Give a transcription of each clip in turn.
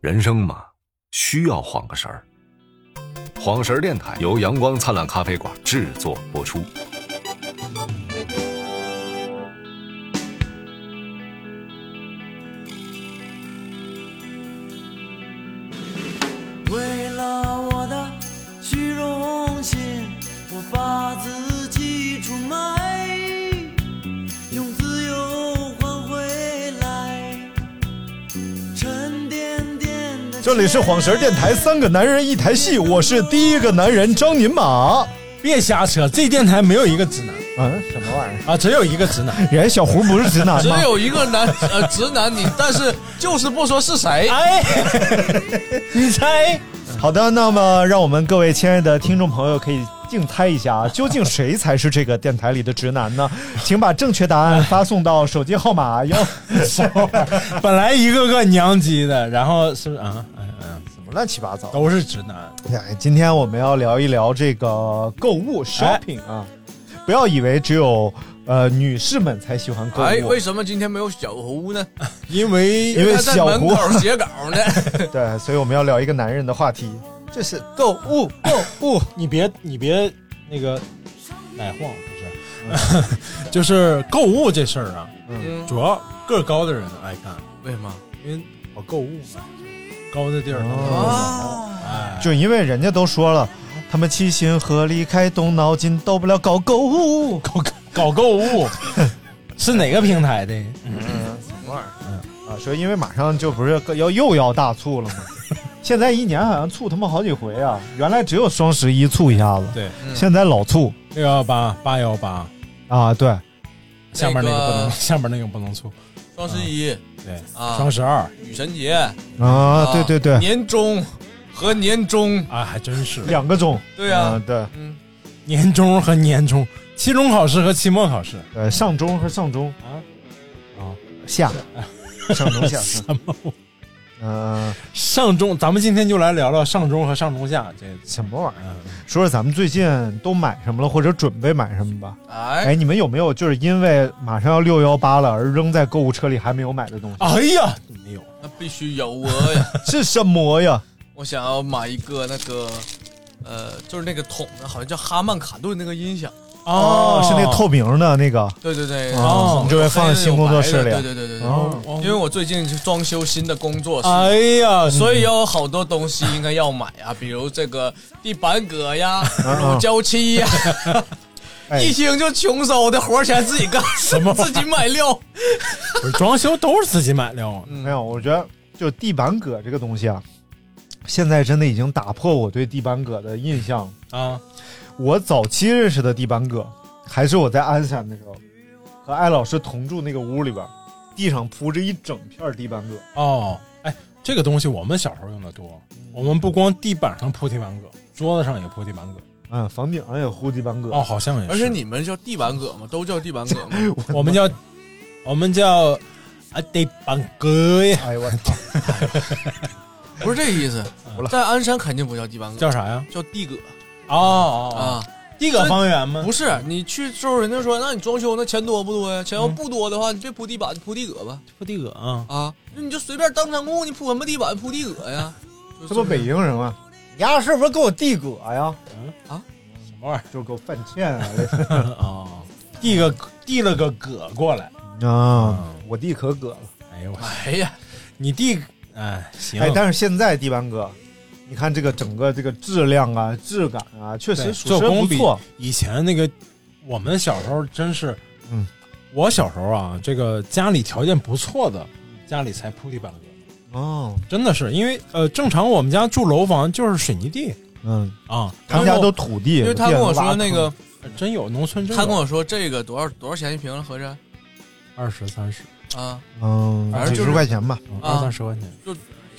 人生嘛，需要晃个神儿。晃神儿电台由阳光灿烂咖啡馆制作播出。为了我的虚荣心，我把自己出卖，用自由换回来沉甸甸的。这里是晃神儿电台，三个男人一台戏，我是第一个男人张宁马。别瞎扯，这电台没有一个直男嗯，什么玩意啊，只有一个直男。儿？人家小胡不是直男只 吗？有一个男呃直男你，但是就是不说是谁。哎， 你猜？好的，那么让我们各位亲爱的听众朋友可以竞猜一下啊，究竟谁才是这个电台里的直男呢？ 请把正确答案发送到手机号码幺。什么玩意儿 本来一个个娘鸡的，然后是不是啊？哎哎，怎么乱七八糟？都是直男。哎，今天我们要聊一聊这个购物 shopping 啊，哎不要以为只有呃女士们才喜欢购物，哎，为什么今天没有小胡呢？因为因因为他在小门胡口写稿呢。 对，所以我们要聊一个男人的话题，这是购物，购物，你别你别那个奶晃，不是， 就是购物这事儿啊，嗯，主要个儿高的人爱干，为什么？因为好购物嘛，高的地儿能哦购物。啊，哎，就因为人家都说了，他们齐心合力开动脑筋，到不了搞购物。 搞搞购 物是哪个平台的？啊，所以因为马上就不是要又要 大促了吗？ 现在一年好像促他妈好几回啊，原来只有双十一促一下子，对，嗯现在老促六幺八八幺八，啊，对，下面那个不那能，个下面那个不能出。嗯双十一、对，啊双十二女神节嗯啊，对对对，年终和年终，啊，还真是两个钟，对啊嗯，对嗯，年中和年中，期中考试和期末考试对，上中和上中啊啊下，上中下，什么嗯、上中，咱们今天就来聊聊上中和上中下这。什么玩意儿？嗯，说说咱们最近都买什么了，或者准备买什么吧。哎，哎，你们有没有就是因为马上要六幺八了而扔在购物车里还没有买的东西？哎呀，没有，那必须有我呀！ 是什么呀？我想要买一个那个，呃，就是那个桶的，好像叫哈曼卡顿那个音响。哦是那透明的那个。对对对，哦然后这位放在新工作室里对对对对对。哦，因为我最近就装修新的工作室，哎呀，所以有好多东西应该要买啊，比如这个地板革呀、乳胶漆呀。哎一听就穷手的活儿全自己干，什么玩意儿自己买料？不是装修都是自己买料啊。没有，我觉得就地板革这个东西啊，现在真的已经打破我对地板革的印象。啊，我早期认识的地板革，还是我在鞍山的时候，和艾老师同住那个屋里边，地上铺着一整片地板革。哦，哎，这个东西我们小时候用的多，我们不光地板上铺地板革，桌子上也铺地板革。嗯，房顶上也糊地板革。哦，好像也是。而且你们叫地板革吗？都叫地板革吗？我们叫我们叫啊地板革呀，哎呦我操！不是这意思，在鞍山肯定不叫地板革，叫啥呀？叫地革哦哦，啊。哦地革方圆吗？不是，你去之后人家说，那你装修那钱多不多呀？钱要不多的话，你别铺地板，铺地革吧。铺地革啊，啊，那你就随便当仓库，你铺什么地板，铺地革呀？就这不北京人吗？你丫是不是给我地革呀？嗯啊什么玩意就给我犯欠啊！ 儿啊？递个递了个革过来，啊，我地可革了。哎呦我，哎呀，你递哎行，哎，但是现在地板革，你看这个整个这个质量啊、质感啊，确对实属做实不工比错。以前那个我们小时候真是，嗯，我小时候啊，这个家里条件不错的，家里才铺地板革。哦，真的是因为呃，正常我们家住楼房就是水泥地嗯，啊，他们家然后都土地，因为他跟我说那个，哎哎真有农村真有，啊他跟我说这个多少多少钱一平了，合着二十三十，啊，嗯反，正几就是十块钱吧，嗯啊二三十块钱，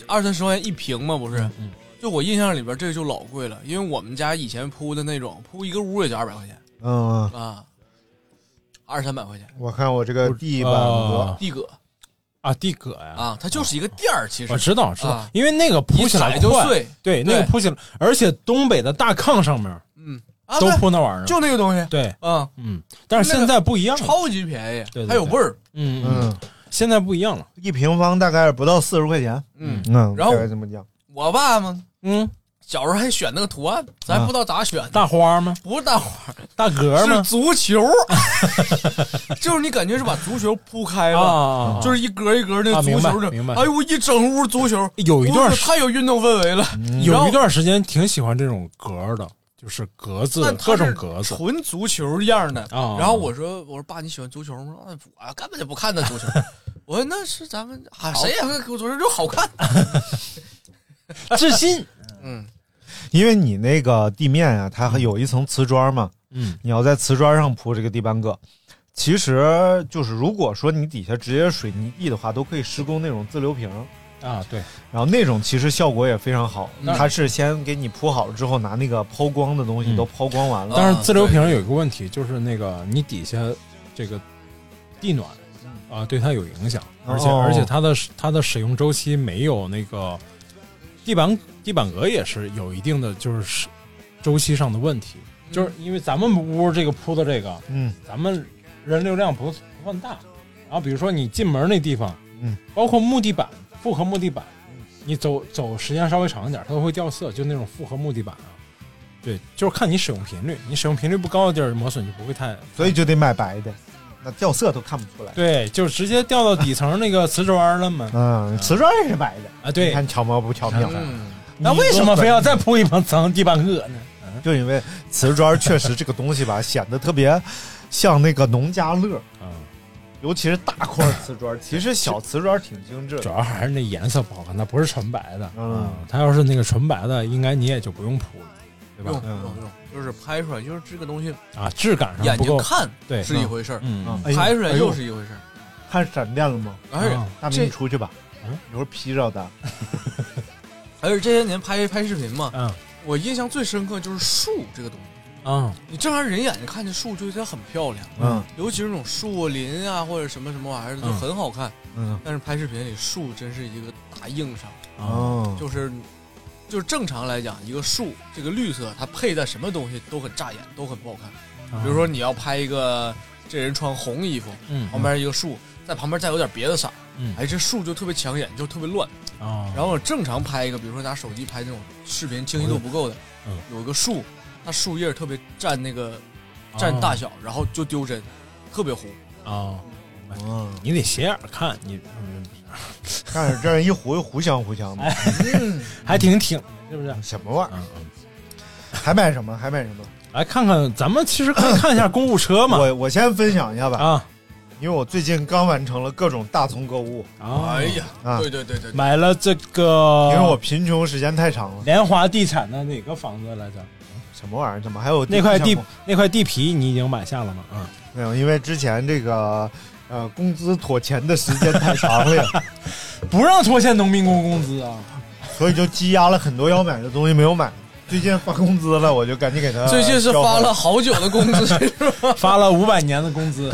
二三十块钱一瓶嘛，不是？嗯就我印象里边，这个就老贵了，因为我们家以前铺的那种，铺一个屋也就二百块钱嗯，啊，二三百块钱我看我这个地板革啊，地葛啊，地葛呀，啊，它就是一个垫儿，其实我知道知道啊，因为那个铺一起来踩就快，碎对，那个对铺起来，而且东北的大炕上面啊，都不是铺那玩意儿，就那个东西，对，啊，嗯，但是那个现在不一样了，超级便宜，对对还有味儿，嗯嗯，嗯，现在不一样了，一平方大概不到四十块钱，嗯。嗯，然后大概这么讲，我爸嘛，嗯，啊小时候还选那个图案，咱不知道咋选的，大花吗？不是大花，大格是吗？足球， 就是你感觉是把足球铺开啊了，啊，啊就是一格一格啊那足明白球的，明白哎呦，我一整屋足球，有一段我时嗯太有运动氛围了，然有后一段时间挺喜欢这种格的，就是格子，但各它种是格子，纯足球样的。啊然后我说：“我说爸，你喜欢足球吗？”哎我根本就不看那足球。我说：“那是咱们啊，谁也会给我足球就好 看。至 今，嗯因为你那个地面啊，它还有一层瓷砖嘛，嗯你要在瓷砖上铺这个地板革，其实就是如果说你底下直接水泥地的话，都可以施工那种自流平，啊，对，然后那种其实效果也非常好，嗯它是先给你铺好了之后，拿那个抛光的东西嗯都抛光完啊了，但是自流平有一个问题，就是那个你底下这个地暖啊，对它有影响，而且哦而且它的它的使用周期没有那个地板地板革也是有一定的就是周期上的问题，就是因为咱们屋这个铺的这个，嗯咱们人流量不不算大，然后比如说你进门那地方，嗯，包括木地板复合木地板，你走走时间稍微长一点，它都会掉色，就那种复合木地板啊。对，就是看你使用频率，你使用频率不高的地儿，磨损就不会太。所以就得买白的，那掉色都看不出来。对，就直接掉到底层那个瓷砖了嘛。嗯，瓷砖也是白的，啊，对你，看巧妙不巧妙？嗯那为什么非要再铺一层层地板革呢？ 就因为瓷砖确实这个东西吧，显得特别像那个农家乐，嗯啊，尤其是大块瓷砖。其实小瓷砖挺精致主的，要还是那颜色不好看，它不是纯白的。嗯啊，它要是那个纯白的，应该你也就不用铺了，对用吧？嗯用用，就是拍出来，就是这个东西啊，质感上眼不睛够。看对，是一回事儿，嗯，嗯哎呦拍出来哎呦又是一回事儿。看闪电了吗？而且啊大明，这你出去吧嗯，一会儿劈着的。而且这些年拍拍视频嘛，嗯我印象最深刻就是树这个东西。啊你正常人眼睛看见树就觉得很漂亮，嗯尤其是那种树林啊或者什么什么玩意儿的就嗯很好看。嗯但是拍视频里树真是一个大硬伤，啊，就就是就是正常来讲，一个树这个绿色它配在什么东西都很扎眼，都很不好看。哦嗯比如说你要拍一个这人穿红衣服，嗯，旁边一个树，在旁边再有点别的色儿，嗯哎，这树就特别抢眼，就特别乱。啊，然后我正常拍一个，比如说拿手机拍那种视频清晰度不够的，嗯有一个树，它树叶特别占那个后占大小，然后就丢帧，特别糊。啊，嗯，你得斜眼看，你 但是这人一糊又互相互相的，哎还挺挺，是不是？嗯什么玩意儿？嗯嗯，还买什么？还买什么？来看看，咱们其实可 以看一下公务车嘛，我我先分享一下吧，啊因为我最近刚完成了各种大宗购物，啊哎，呀，啊对对对对，对买了这因个，为我贫穷时间太长了。莲哦华地产的哪个房子来着？什么玩意儿？怎么还有那块地项目那块地皮你已经买下了吗？啊， 没有？因为之前这个呃工资妥钱的时间太长了呀， 不让拖欠农民工工资啊！所以就积压了很多要买的东西没有买。最近发工资了，我就赶紧给他。最近是发了，好久的工资，是吧？ 发了五百年的工资，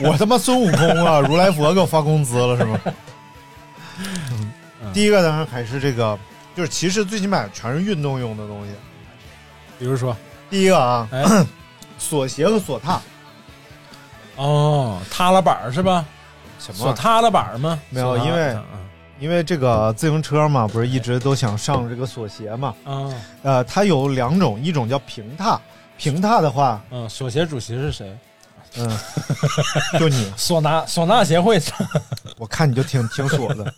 我他妈孙悟空啊，如来佛给我发工资了是吗？嗯 第一个当然还是这个，就是其实最起码全是运动用的东西。比如说，第一个啊，哎， 锁鞋和锁踏，哦，塌了板儿是吧？什锁塌了板儿吗？没有锁塌因为啊因为这个自行车嘛，不是一直都想上这个锁鞋嘛？啊，呃，它有两种，一种叫平踏，平踏的话，嗯，锁协主席是谁？嗯，就你，唢呐唢呐协会我看你就挺挺锁的。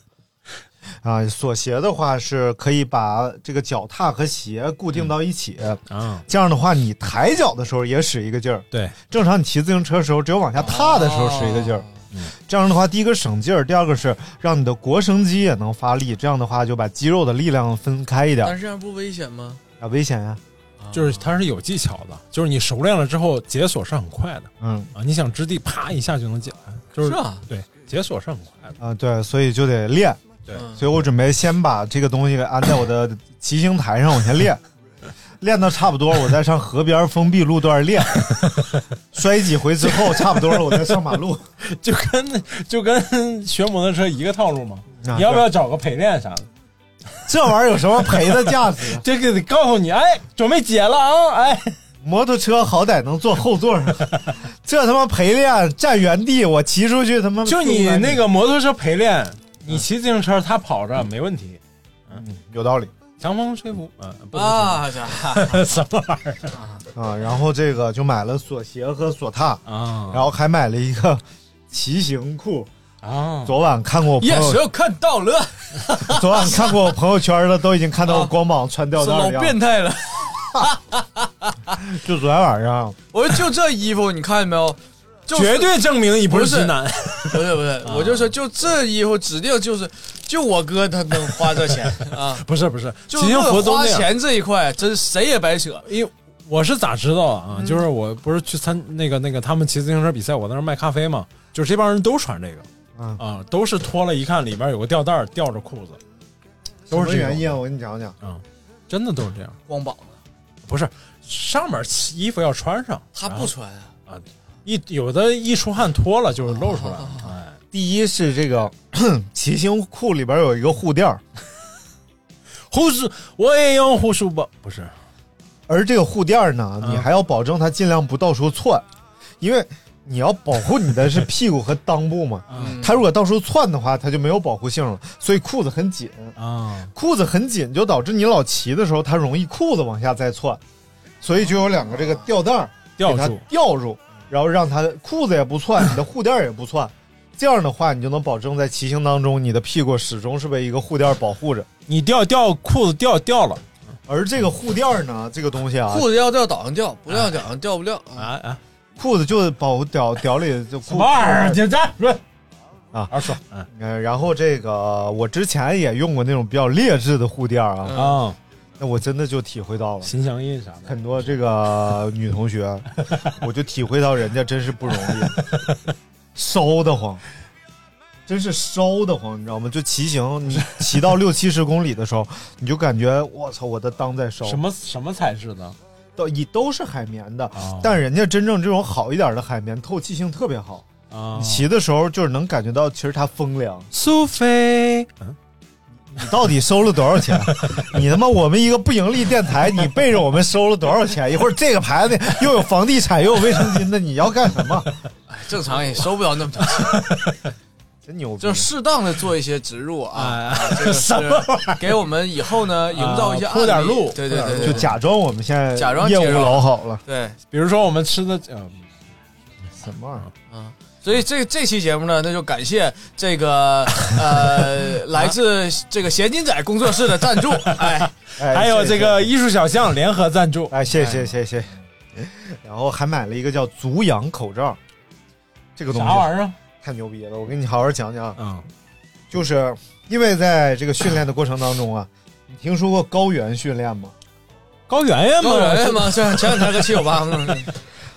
啊，锁鞋的话是可以把这个脚踏和鞋固定到一起，啊，这样的话你抬脚的时候也使一个劲儿。对，哦正常你骑自行车的时候，只有往下踏的时候使一个劲儿。嗯这样的话，第一个省劲儿，第二个是让你的腘绳肌也能发力。这样的话，就把肌肉的力量分开一点但儿，是这样不危险吗？啊，危险呀、就是它是有技巧的，就是你熟练了之后解锁是很快的嗯，啊，你想支地啪一下就能解开，就是是啊对，解锁是很快的，啊，对，所以就得练。对所以我准备先把这个东西给安在我的骑行台上，我先练，练到差不多，我再上河边封闭路段练，摔几回之后差不多了，我再上马路。就跟就跟学摩托车一个套路嘛。啊你要不要找个陪练啥的？这玩意儿有什么赔的价值？啊这个得告诉你，哎，准备解了啊，哎，摩托车好歹能坐后座上，这他妈陪练站原地，我骑出去他妈就你400米那个摩托车陪练，你骑自行车，他跑着没问题，嗯有道理强风吹拂，嗯，不能啊，家伙吹什么玩意儿啊。然后这个就买了锁鞋和锁踏， 啊？然后还买了一个骑行裤。啊，昨晚看过我朋眼友神看到了，昨晚看过我朋友圈的，都已经看到我啊光膀穿吊是带老了。变态了。就昨天晚上，我说就这衣服，你看见没有？就是绝对啊证明你不是直男。不是不是，我就说就这衣服指定就是，就我哥他能花这钱啊， 不是不是，就骑行论服都花那样。钱这一块，真谁也白扯。因为我是咋知道啊？就是我不是去参那个那个他们骑自行车比赛，我在那儿卖咖啡嘛，就是这帮人都穿这个，嗯啊，都是脱了一看里边有个吊带儿吊着裤子，什都么是这原样因啊？我给你讲讲。啊，真的都是这样，光膀子，不是上面衣服要穿上，他然不后穿啊，啊，一有的一出汗脱了就是露出来了，哦哎，第一是这个 骑行裤里边有一个护垫儿，护士我也要护士包，不啊是而这个护垫儿呢，嗯你还要保证它尽量不到处窜，因为你要保护你的是屁股和裆部嘛。它如果到处窜的话，它就没有保护性了，所以裤子很紧。啊，裤子很紧，就导致你老骑的时候，它容易裤子往下再窜，所以就有两个这个吊带儿吊给它住吊住，然后让它裤子也不窜，你的护垫儿也不窜。这样的话，你就能保证在骑行当中，你的屁股始终是被一个护垫儿保护着。你吊吊裤子吊掉了，而这个护垫儿呢，这个东西啊，裤子要掉倒上掉，不掉脚上掉不掉啊。哎哎，裤子就保屌屌里就什裤么玩意儿，子，警察说啊二叔，嗯呃然后这个我之前也用过那种比较劣质的护垫儿啊，啊，那我真的就体会到了。秦祥印啥的，很多这个 女同学，我就体会到人家真是不容易，烧得慌，真是烧得慌，你知道吗？就骑行，你骑到六七十公里的时候， 你就感觉我操，我的裆在烧，什么什么材质的？都也都是海绵的，哦但人家真正这种好一点的海绵，透气性特别好，啊你骑的时候就是能感觉到，其实它风凉。苏菲，你到底收了多少钱？你他妈我们一个不盈利电台，你背着我们收了多少钱？一会儿这个牌子又有房地产又有卫生巾的，你要干什么？正常也收不了那么多，真牛逼！啊就适当的做一些植入 啊，啊这个是哎什么给我们以后呢营造一些啊铺点案例路对对铺点对，路对就假装我们现在假装业介务绍老好了，对。比如说我们吃的，呃，什么玩意儿？嗯所以这这期节目呢，那就感谢这个 呃来自这个咸金仔工作室的赞助，哎，哎还谢有谢这个艺术小象联合赞助，哎，谢谢谢谢谢。然后还买了一个叫足阳口罩，这个东啥西玩意儿？啊太牛逼了！我给你好好讲讲啊，嗯，就是因为在这个训练的过程当中啊，你听说过高原训练吗？高圆圆高圆圆吗？哎嘛，这前两天跟七九 八嘛，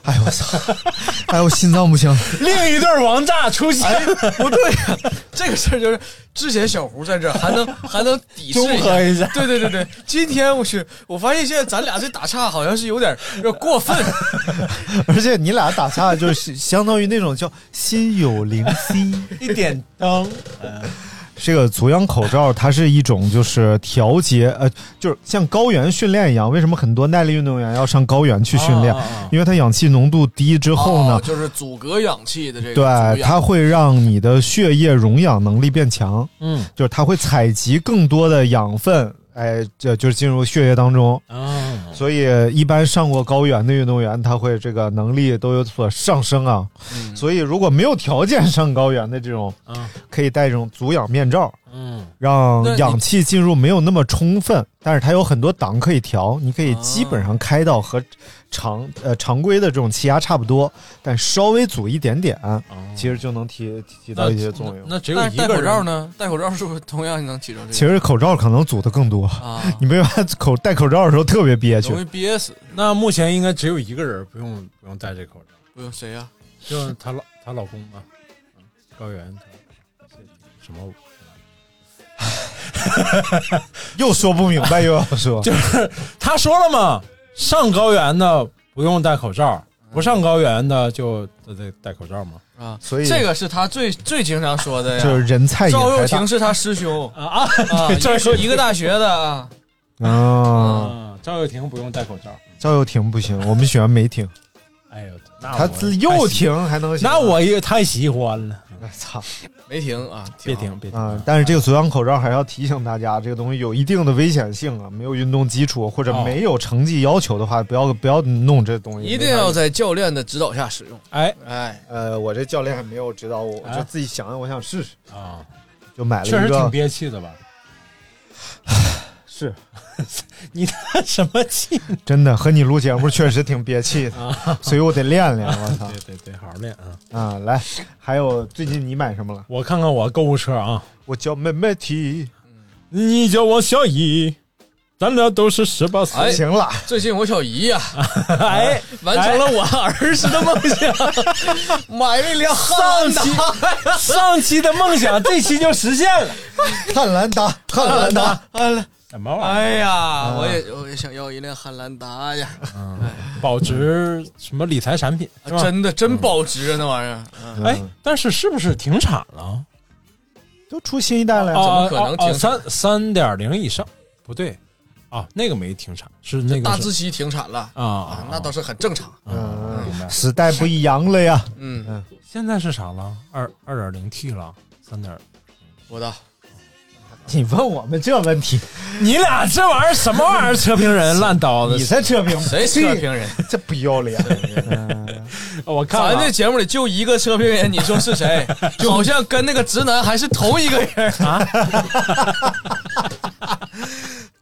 哎呦我操！ 哎我心脏不行了。另一对王炸出现，哎不对啊呀、这个事儿就是之前小胡在这儿 还能还能抵制综一下合。一下，对对对对，今天我去，我发现现在咱俩这打岔好像是有点有点过分， 而且你俩打架就是相当于那种叫心有灵犀 一点灯，这个足阳口罩，它是一种就是调节，呃，就是像高原训练一样。为什么很多耐力运动员要上高原去训练？啊啊啊因为它氧气浓度低之后呢，哦就是阻隔氧气的这个阻对氧，它会让你的血液溶氧能力变强，嗯就是它会采集更多的养分，哎，这就是进入血液当中。啊，所以一般上过高原的运动员，他会这个能力都有所上升啊。所以如果没有条件上高原的这种，啊可以戴这种足氧面罩，嗯让那你氧气进入没有那么充分，但是它有很多档可以调，你可以啊基本上开到和常呃常规的这种气压差不多，但稍微阻一点点，啊，其实就能提提到一些作用。那只有但一是戴个口罩人，呢？戴口罩是不是同样能起到这个？其实口罩可能阻的更多， 啊，你没法口戴口罩的时候特别憋屈哦容。易憋死，那目前应该 只有一个人不用不用戴这口罩，不用谁呀、就是她老她老公吧，啊嗯高原什么？又说不明白，又要 说，就是他说了嘛，上高原的不用戴口罩，不上高原的就得得戴口罩嘛。啊，所以这个是他最最经常说的就是呀。人菜瘾赵又还廷大是他 师兄啊啊！啊，对，一赵个又是一个大学的啊。啊！啊，赵又廷不用戴口罩。赵又廷不行，我们喜欢梅婷，哎呦，哦 那他我又停还能行？啊那我也太喜欢了， 操没停啊，挺别好停别停啊！但是这个随身口罩还是要提醒大家，这个东西有一定的危险性啊，没有运动基础或者哦没有成绩要求的话，不要不要弄这东西，一定没啥要用在教练的指导下使用。哎哎，呃，我这教练还没有指导我，我啊就自己想，我想试试，啊，就买了确一实挺个，憋气的吧？是你 叹什么气？真的和你录节目确实挺憋气的，所以我得练练，我操对对对，好好练啊！啊！来，还有最近你买什么了？我看看我购物车啊，我叫妹妹提，你叫我小姨，咱俩都是十八岁。哎行了，最近我小 姨呀、啊哎，完成了我哎儿时的梦想， 买了一辆汉上期达。上期的梦想，这期就实现了。汉兰达，汉兰达，什么玩意哎呀，啊我也我也想要一辆汉兰达呀！儿？保值什么理财产品是吧？真的嗯真保值啊，那玩意儿。嗯哎，但是是不是停产了？都出新一代哎了呀，么可能停产三三点零以上？不对，啊，那个没停产，是那个大是自吸停产了啊啊啊，，那倒是很正常。嗯明白。时代不一样了呀，嗯，现在是啥了？二二点零 T 了，三点。我的你问我们这问题，你俩这玩意儿什么 玩意儿？车评人烂刀你才车评，谁车评人？ 这？这不要脸，嗯 我看咱啊了这节目里就一个车评人，你说 是谁？好像跟那个直男还是同一个人。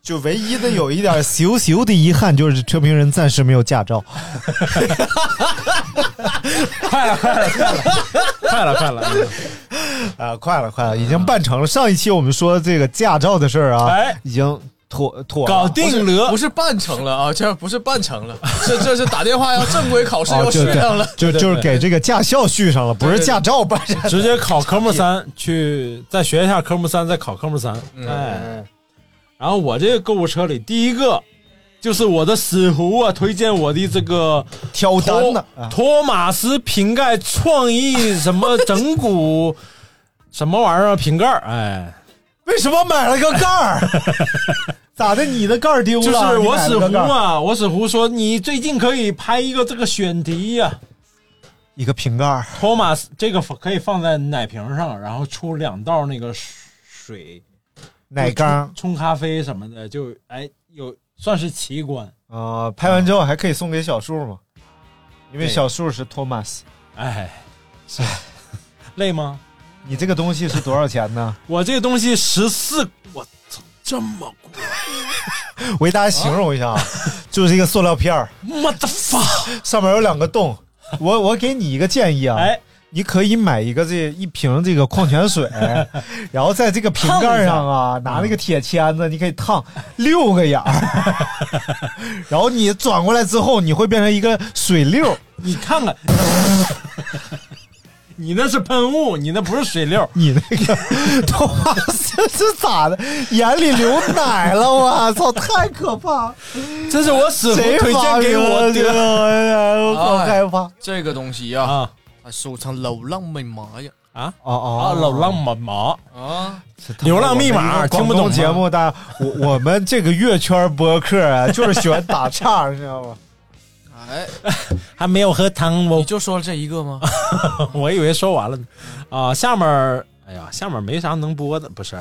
就唯一的有一点小小的遗憾就是车评人暂时没有驾照。 快了，快了，快了，快了，快了。啊，快了，快了，已经办成了。上一期我们说这个驾照的事儿啊，哎已经妥妥了搞定了不，是办成了啊，这不是办成了，这这是打电话要正规考试哦，要就续上了。就 对对就是对给这个驾校续上了，不是驾照办 上。 直接考科目三，去再学一下科目三，再考科目三。哎，哎，然后我这个购物车里第一个就是我的死胡啊，推荐我的这个挑单托呢？啊托马斯瓶盖创意什么整骨 什么玩意儿啊瓶盖儿，哎，为什么买了个盖儿？咋的？你的盖儿丢了？就是你我买死了个胡盖啊儿，嘛，我死胡说你最近可以拍一个这个选题呀、一个瓶盖儿，托马斯这个可以放在奶瓶上，然后出两道那个水 奶缸冲冲咖啡什么的，就哎有算是奇观，啊！拍完之后还可以送给小树嘛，因为对小树是托马斯。哎，是累吗？你这个东西是多少钱呢？我这个东西十四，我操，这么贵， 我给大家形容一下啊， 就是一个塑料片儿，我的妈！上面有两个 洞。我我给你一个建议啊，哎，你可以买一个这一瓶这个矿泉 水，然后在这个瓶盖上啊，拿那个铁签子，你可以烫六个眼儿， 然后你转过来之后，你会变成一个水溜，你看 看，你那是喷雾，你那不是水溜。你那个他妈这是咋的？眼里流奶了，我操，太可 怕！这是我死活谁推发荐给明我了这的个？哎呀，我好哎害怕！ 这个东西啊，啊它收藏老浪没麻呀啊哦哦啊！老浪妈妈，啊！流浪密码听不懂吗节目，大家我我们这个乐圈播客啊，就是喜欢打岔，你知道吗？哎，还没有喝汤你我就说了这一个吗？ 我以为说完了呢，啊，下面儿，哎呀，下面儿没啥能播的，不是，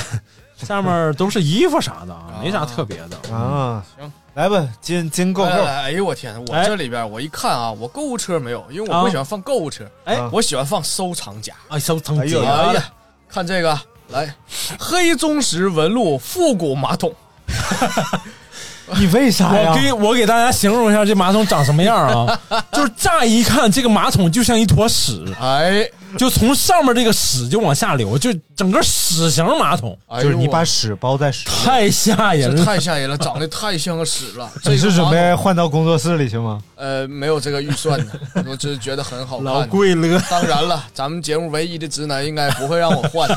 下面儿都是衣服啥的啊，没啥特别的。啊，行，来吧，金金够来来够，来，哎呦我天，我哎啊这里边我一看啊，我购物车没有，因为我不喜欢放购物车，哎我喜欢放收藏夹。哎，收藏啊哎呦夹哎呀，看这个，来，黑松石纹路复古马桶，你为啥呀我？给我给大家形容一 下这马桶长什么样啊？就是乍一看，这个马桶就像一坨屎，哎，就从上面这个屎就往下流，就整个屎型马桶，哎呦就是你把屎包在屎，太吓人这了。太吓人了，长得太像个屎 了。这你个是准马桶备换到工作室里去吗？呃没有这个预算的，我只是觉得很好看。老贵了，当然了，咱们节目唯一的直男应该不会让我换，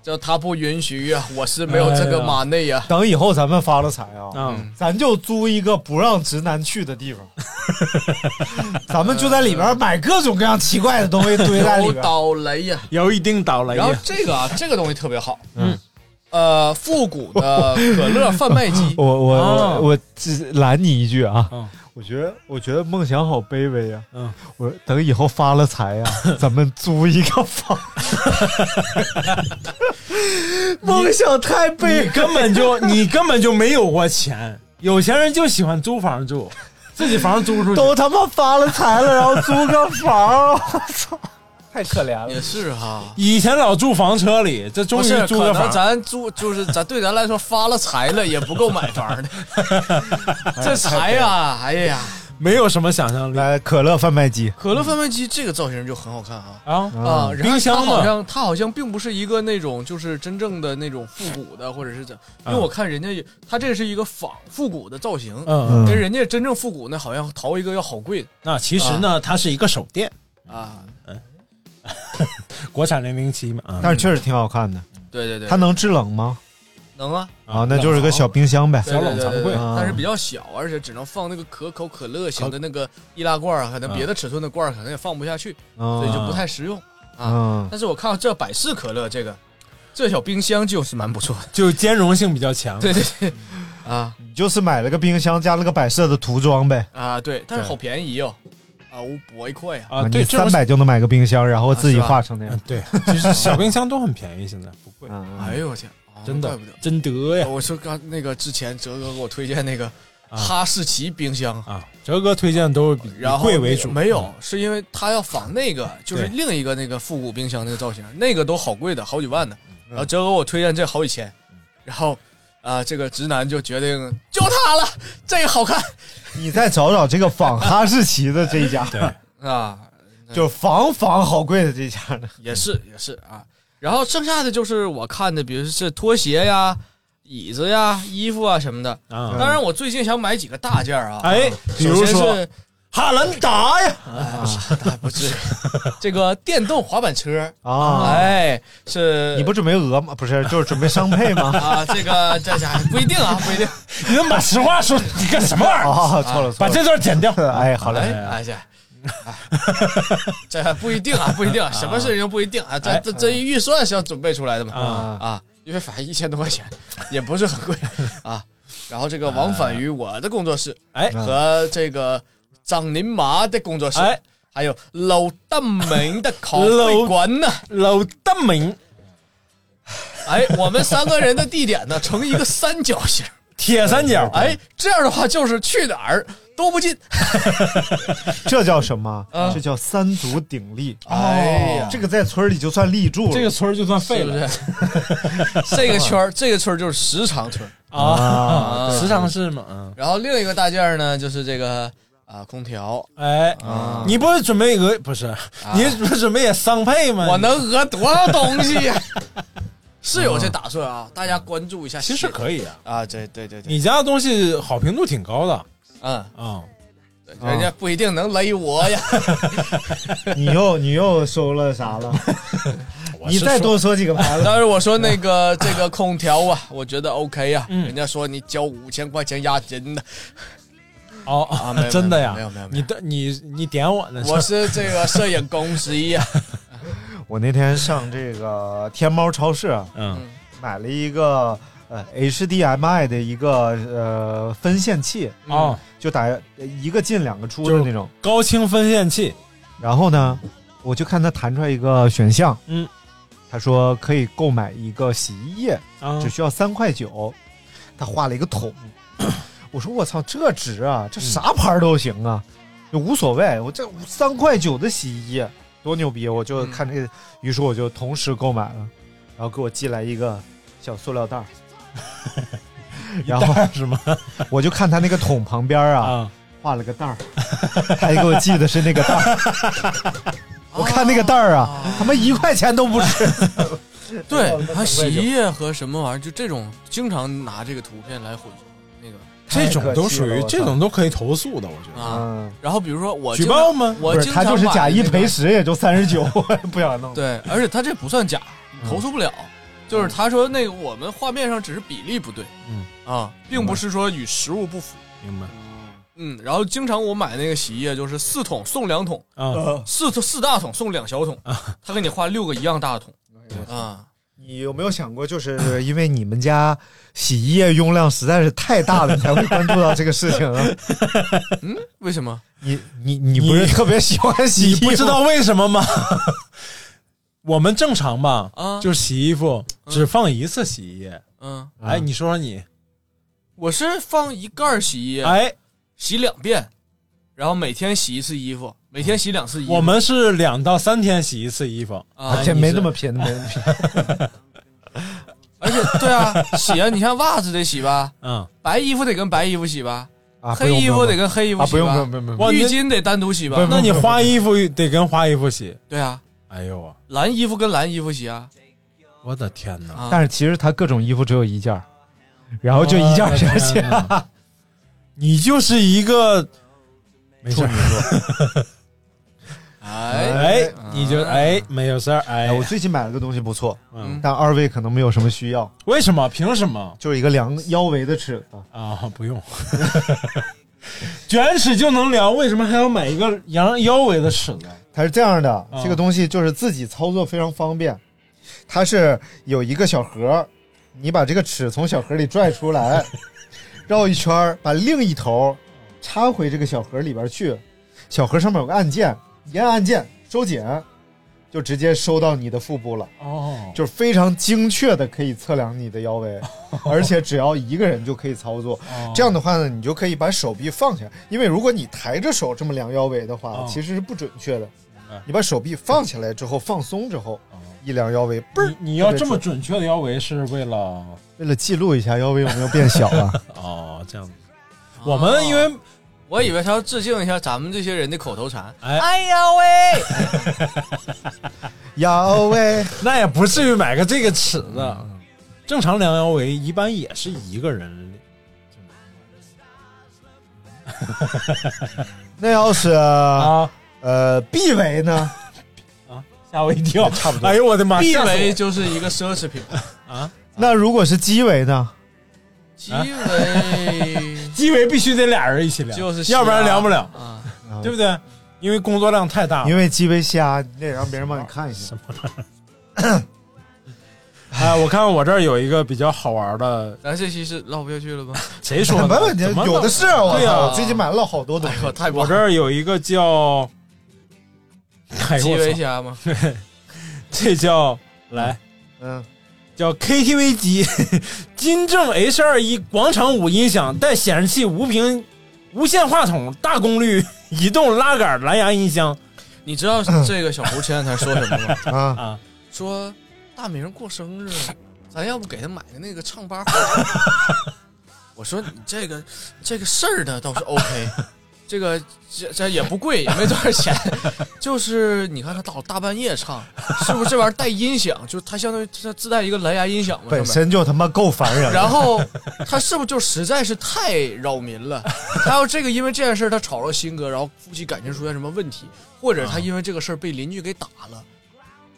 就他不允许呀，我是没有这哎个马内啊呀。等以后咱们发了财啊，嗯，咱就租一个不让直男去的地方，咱们就在里边买各种各样奇怪的东西堆在里有边。，倒雷呀，有一定倒霉然后这 个啊，这个东西特别好，嗯，呃，复古的可乐贩卖机 我我啊我我只拦你一句啊嗯， 我觉得我觉得梦想好卑微啊。嗯， 我等以后发了财呀，咱们租一个房。 梦想太卑你微，根本 就你根本就没有过钱，有钱人就喜欢租房住，自己房租出去。都他妈发了财了，然后租个房，我操，太可怜了。也是哈。以前老住房车里，这终不于是，租可个能房。咱租就是咱对咱来说发了财了，也不够买房 的。哎这财呀、哎呀，没有什么想象力来，可乐贩卖机，可乐贩卖机这个造型就很好看啊。啊！啊，然后冰箱它好嘛像它好像并不是一个那种就是真正的那种复古的，或者是怎？因为我看人家有它这是一个仿复古的造型，嗯，跟人家真正复古那好像淘一个要好贵那其实呢，它是一个手电，啊。国产零零七嘛，啊但是确实挺好看嗯的。对对对，它能制冷吗？能啊，啊，那就是个小冰箱呗。对对对小冷藏柜对对啊但是比较小，而且只能放那个可口可乐型的那个易拉罐儿，可能别的尺寸的罐儿可能也放不下去，所以嗯就不太实用啊。嗯，但是我看到这百事可 乐这个，这小冰箱就是蛮不错的。就兼容性比较强。对对对，啊你就是买了个冰箱，加了个百色的涂装呗。 啊对，但是对好便宜哦，啊五百块呀，啊，你对，这三种百就能买个冰箱，然后自己画成那样 嗯。对，其实小冰箱都很便宜，现在不贵，嗯哎呦我天，啊真怪的不得。真得呀哎我说刚那个之前哲哥给我推荐那个啊哈士奇冰箱，啊！哲哥推荐都是比然以后贵为主，没有，是因为他要仿那个，就是对另一个那个复古冰箱那个造型，那个都好贵的，好几万的。然后哲哥我推荐这好几千，然后啊、这个直男就决定就它 了，这个好看你再找找这个仿哈士奇的这一家，对啊，就是仿仿好贵的这一家的。也是也是啊。然后剩下的就是我看的，比如是拖鞋呀、椅子呀、衣服啊什么的。啊。当然，我最近想买几个大件儿啊，哎，比首如先说是哈兰达呀，哎啊不是 这个电动滑板车啊哎，是你不准备鹅吗？不是，就是准备上配 吗？啊，这个这家不一定啊，不一定。你能把实话说，你干什么玩意 儿？啊，错了错把了。这段剪掉。哎，好哎嘞，哎这，哎这不一定 啊，不一定啊，什么事情不一定啊，这这这一预算是要准备出来的嘛啊啊，因为反正一千多块钱也不是很 贵啊。然后这个往返于我的工作室哎和这个张林麻的工作室，哎，还有老大门的咖啡馆呢。老大门哎，我们三个人的地点呢成一个三角形。铁三角，哎，这样的话就是去哪儿都不近。这叫什么嗯？这叫三足鼎立。哎呀这个在村里就算立柱了。这个村儿就 算废对不了对？这个圈儿，这个村儿就是时常村儿。啊。啊时常是嘛，嗯，然后另一个大件儿呢，就是这个啊，空调。哎，啊你不是准备鹅不是？你不是准备也桑配吗？我能讹多少东西呀？是有这打算啊，大家关注一下。其实可以啊，啊，对对对对，你家的东西好评度挺高的嗯，啊。对人家不一定能勒我呀。你又你又收了啥了？我你是再说多说几个牌子。当然我说那个这个空调啊，我觉得 OK 呀。嗯人家说你交五千块钱押金呢，哦啊没有真的呀？没有没有没你有的你你点我呢？我是这个摄影公司呀。我那天上这个天猫超市啊嗯买了一个呃 HDMI 的一个呃分线器，嗯哦，就打一个进两个出的那种。高清分线器，然后呢，我就看它弹出来一个选项，嗯，他说可以购买一个洗衣液，啊只需要三块九。他画了一个桶， 我说我操，这值啊，嗯这啥牌儿都行啊，就无所谓。我这三块九的洗衣液多牛逼！我嗯就看这个，于是我就同时购买了，然后给我寄来一个小塑料 袋儿，然后是吗？我就看他那个桶旁边儿啊，啊，画了个袋儿，还给我寄的是那个袋儿。我看看那个袋儿啊，他妈一块钱都不值。哦 对，还有洗衣液和什么玩意儿，就这种经常拿这个图片来混那个这种都属太可气了我于操这种都可以投诉的，我觉得。啊。嗯，然后比如说我举经常报吗我不是经他常就是把假一那个赔十，也就三十九，我也不想弄。对，而且他这不算假，嗯投诉不了。就是他说那个我们画面上只是比例不对，嗯啊，并不是说与实物不符。明白嗯，然后经常我买那个洗衣液就是四桶送两桶，啊，哦四四大桶送两小桶，啊他给你画六个一样大的桶啊。你有没有想过，就是因为你们家洗衣液用量实在是太大了，你才会关注到这个事情啊？嗯，为什么？你你你不是特别喜欢洗衣你吗？不知道为什么吗？ 我们正常吧，啊就是洗衣服只放一次洗衣液。嗯，嗯哎，你说说你，我是放一盖儿洗衣液，哎，洗两遍，然后每天洗一次衣服，每天洗两次衣服。我们是两到三天洗一次衣服，啊，这没那么拼，没那么拼。而且对啊，洗啊，你看袜子得洗吧，嗯，白衣服得跟白衣服洗吧，啊，不黑用衣不服用得跟黑衣服啊，洗不吧，用不用不用不用。哇浴那巾得单独洗吧？不是不那是你花衣服得跟花衣服洗。对啊，哎呦啊，蓝衣服跟蓝衣服洗啊。我的天哪！啊但是其实他各种衣服只有一件儿，然后就一件儿我的全天洗。哪你就是一个没事儿，哎，哎，你就哎没有事儿，哎，哎我，最近买了个东西不错，嗯但二位可能没有什么需要，为什么？凭什么就是一个量腰围的尺子。啊？不用， 卷尺就能量，为什么还要买一个羊腰围的尺子？它是这样的，嗯这个东西就是自己操作非常方便，它是有一个小盒，你把这个尺从小盒里拽出 来，绕一圈儿，把另一头插回这个小盒里边去，小盒上面有个按键，一按按键收紧，就直接收到你的腹部了，哦，就是非常精确的可以测量你的腰 围，而且只要一个人就可以操作。哦这样的话呢，你就可以把手臂放下，因为如果你抬着手这么量腰围的话，哦其实是不准确的白。你把手臂放下来之后，放松之后，一量腰围，嘣儿，你你要这么特别准准确的腰围是为了为了记录一下腰围有没有变小啊？哦这样子。哦我们因为哦我以为他要致敬一下咱们这些人的口头禅。哎哎呀喂， 腰围，那也不至于买个这个尺子，正常量腰围一般也是一个人。那要是啊呃臂围呢？啊！吓我一跳，差不多哎呦我的妈！臂吓死我围就是一个 奢侈品，那如果是肌围呢？鸡围鸡围必须得俩人一起量，就是洗 啊要不然量不了，啊。对不对？因为工作量太大了。嗯因为肌围瞎，你得让别人帮你看一下。哎，我看我这儿有一个比较好 玩的，咱这期是唠不下去 了吧？谁说不的？不，怎么有的是啊我对呀、啊操我最近买了好多东哎 西呦，， 太棒我这了！儿有一个叫，哎鸡呦我围操，虾吗？这叫来嗯，叫 KTV 机，金正 H 二一广场舞音响带显示器无屏无线话筒大功率移动拉杆蓝牙音箱你知道这个小胡前两天说什么吗？啊，啊！说大明过生日，咱要不给他买个那个唱吧火腿？ 我说你这个这个事儿呢倒是 OK，这个这这也不贵，也没多少钱， 就是你看他大大半夜唱，是不是这玩意儿带音响？就是它相当于它自带一个蓝牙音响嘛，本上面。身就他妈够烦人了。 然后他是不是就实在是太扰民 了？他要这个因为这件事儿他吵着新哥，然后夫妻感情出现什么问题，或者他因为这个事儿被邻居给打了，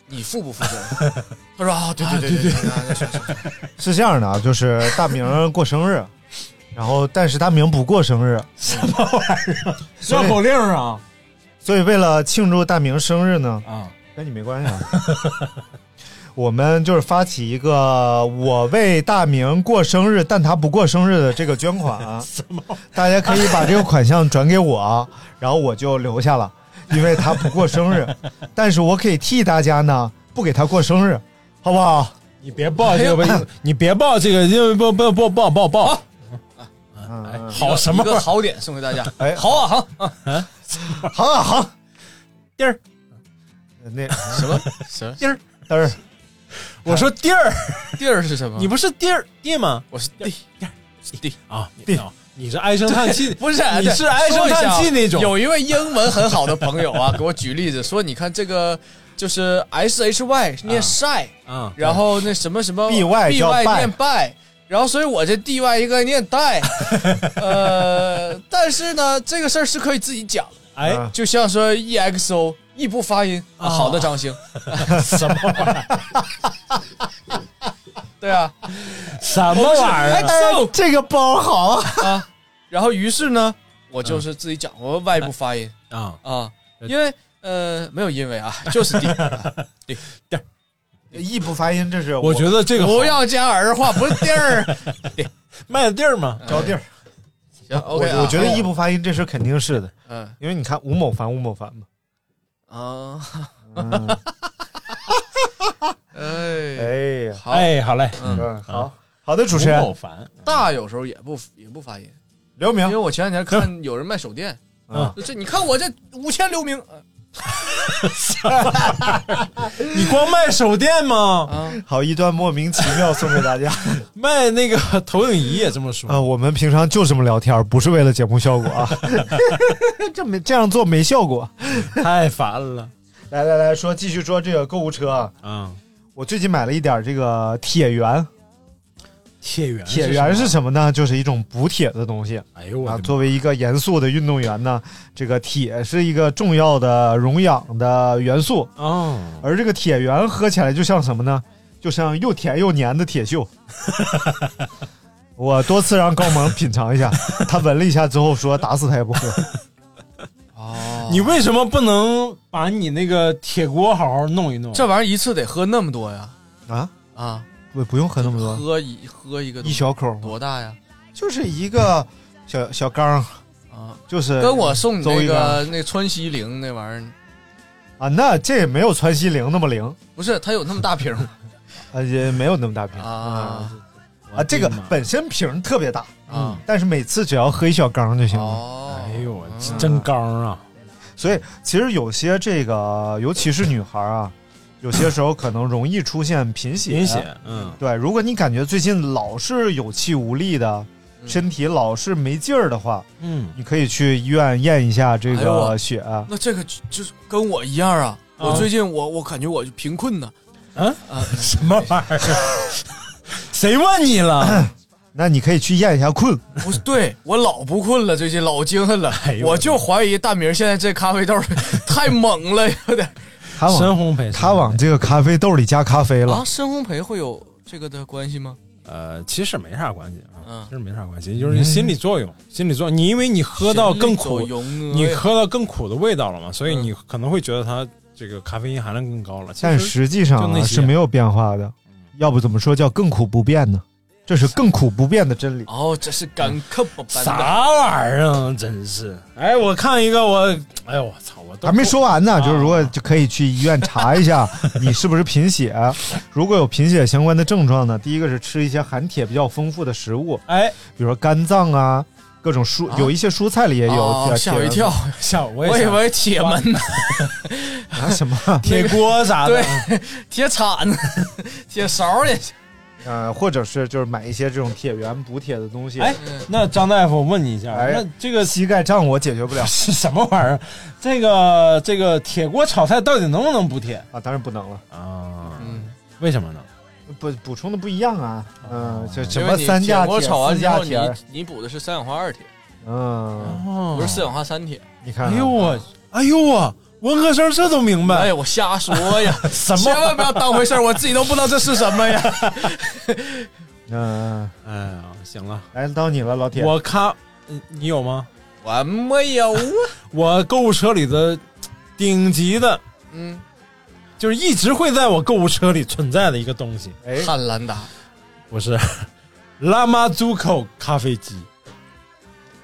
你负不负责？ 他说啊，对对对对对啊那行，行行是这样的啊，就是大明儿过生日，然后但是大明不过生日，什么玩意儿？令啊所以为了庆祝大明生日呢，啊！跟你没关系啊。 我们就是发起一个我为大明过生日，但他不过生日的这个捐款、啊 大家可以把这个款项转给我，然后我就留下了，因为他不过生 日，但是我可以替大家呢不给他过生日，好不好？你别报这个，哎你别报这个，因为不不不报报报，嗯，好什么一个好点送给大家，哎好啊好啊，好啊好，地儿？那什么 什么但 是我说 地儿，地儿是什么？你不是地儿地吗？我是地地啊地地，你是唉声叹气， 不是，哎你对是唉声说一下啊叹气那种。有一位英文很好的朋友啊，给我举例子说，你看这个就是 S H Y 念啊 shy，、嗯，然后那什么什 么 BY 叫 by 念 by by，然后所以我这 D Y 应该念 die，呃，但是呢，这个事儿是可以自己讲的，哎，啊就像说 E X O 异步发音、啊，啊好的，张星， 什么玩意儿？ 对啊，什么玩意儿？啊哎这个包好，啊，然后于是呢，我就是自己讲我外部发音啊，啊，因为呃没有因为啊，就是地异步发音这是我觉得这个不要加儿化，不是地儿。卖的地儿嘛，着地儿。行，OK，啊我我觉得异步发音这事肯定是的，嗯因为你看吴某凡，吴某凡嘛。啊，嗯 哎，哎呀，好，哎，好嘞，嗯，好好的，主持人吴某凡，大有时候也不也不发音，刘因为明我前两天看有人卖手电，啊，就这你看我这五千流明呃你光卖手电吗？啊，好一段莫名其妙送给大家卖那个 投影仪也这么说啊。 我们平常就这么聊天，不是为了节目效果啊。 这没这样做没效果。太烦了。来来来说，继续说这个购物车啊。嗯，我最近买了一点这个铁圆，铁圆，铁圆是？什么呢？就是一种补铁的东西哎呦我啊。的作为一个严肃的运动员呢，这个铁是一个重要的溶氧的元素，妈哦，而这个铁圆喝起来就像什么呢？就像又甜又黏的铁锈。 我多次让高萌品尝一 下，他闻了一下之后说打死他也不喝。哦你为什么不能把你那个铁锅好好弄一弄？这玩意儿一次得喝那么多呀？啊，啊，我不用喝那么多，喝一喝一个一小口多大呀？就是一个小小缸，啊，就是跟我送你邹那一个那川西零那玩意儿，啊，那这也没有川西零那么灵，不是它有那么大瓶 吗啊，也没有那么大瓶啊啊，我的这个妈本身瓶特别大，啊但是每次只要喝一小缸就行了。哦，嗯哎呦，我真刚啊！所以其实有些这个，尤其是女孩啊，有些时候可能容易出现贫血。贫血，嗯，对，如果你感觉最近老是有气无力的，嗯身体老是没劲儿的话，嗯，你可以去医院验一下这哎呦我个血。啊那这个就就是跟我一样啊！我最近我我感觉我就贫困呢，啊啊，什么玩 意儿？谁问你了？那你可以去验一下困。不是，对我老不困了，最近老精神了， 哎呦我就怀疑大明现在这咖啡豆太 猛了，有点他深往烘焙，他往这个咖啡豆里加咖啡了。啊，深烘焙会有这个的关系吗？呃，其实没啥关系啊嗯，其实没啥关系，就是心理作用，心理作用。你嗯因为你喝到更苦神力，所用啊你喝到更苦的味道了嘛，所以嗯你可能会觉得它这个咖啡因含量更高了。其但实实际就上、那啊、些是没有变化的，要不怎么说叫亘古不变呢？这是亘古不变的真理。哦，这是干克不般的啊啥玩意儿啊，真是！哎，我看一个我，哎呦我操，我都还没说完呢，啊就是如果就可以去医院查一下 你是不是贫血，如果有贫血相关的症状呢，第一个是吃一些含铁比较丰富的食物，哎，比如说肝脏啊，各种蔬、啊有一些蔬菜里也哎有，啊哦铁吓我一跳，吓我我也以想为铁门呢，啊什么， 铁锅啥的对，铁铲呢，铁勺也行。呃，或者是就是买一些这种铁原补铁的东西。哎那张大夫，我问你一下，哎那这个膝盖胀我解决不了 是什么玩意儿？这个这个铁锅炒菜到底能不能补铁啊，当然不能了，啊？嗯，为什么呢？补补充的不一样啊，嗯、这什哦因么为你三价铁铁、锅炒完四之价后，你铁，你补的是三氧化二铁，嗯，哦不是四氧化三铁。你看、啊哎呦，我，哎呦我，文科生这都明嗯哎白，呀，我瞎说呀， 什么千万不要当回事儿，我自己都不知道这是什 么呀。嗯、哎呀，行了，来到你了，老铁，我咖，嗯你有吗？我没有啊。我购物车里的顶级的，嗯，就是一直会在我购物车里存在的一个东西，哎，汉兰达 不是拉玛祖口咖啡机。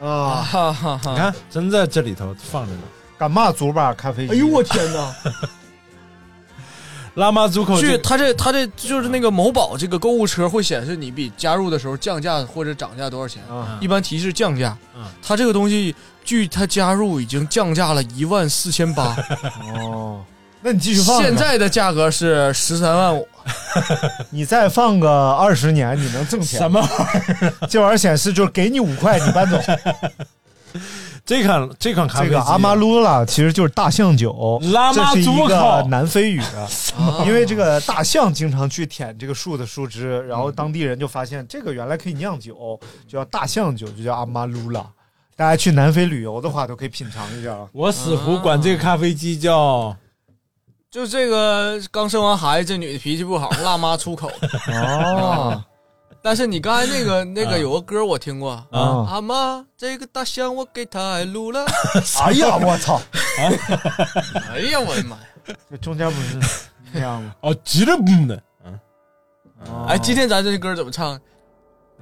啊，啊，哈哈哈哎你看，真在这里头放着呢。干嘛祖吧咖啡机？哎呦我天哪！拉玛祖口据这他这他这就是那个某宝这个购物车会显示你比加入的时候降价或者涨价多少钱，啊，一般提示降价嗯。他 这个东西据他加入已经降价了一万四千八，哦，那你继续放着。现在的价格是十三万五，你再放个二十年，你能挣钱？什么玩意儿？这玩意儿显示就是给你五块，你搬走。这款这款咖啡这机啊个阿玛鲁拉其实就是大象酒，拉这马是一祖个口南非语的，因为这个大象经常去舔这个树的树枝，然后当地人就发现这个原来可以酿酒，就叫大象酒，就叫阿玛鲁拉。大家去南非旅游的话，都可以品尝一下啊。我死胡管这个咖啡机叫就这个刚生完孩子，这女的脾气不好，辣妈出口哦，啊。 但是你刚才那嗯个那个有个歌我听过，啊阿妈，这个大象我给它撸了。嗯哎呀，我操！哎呀，我的妈呀！这 中间不是那样 吗？哦，吉了嘣的哦哎，今天咱这歌怎么唱？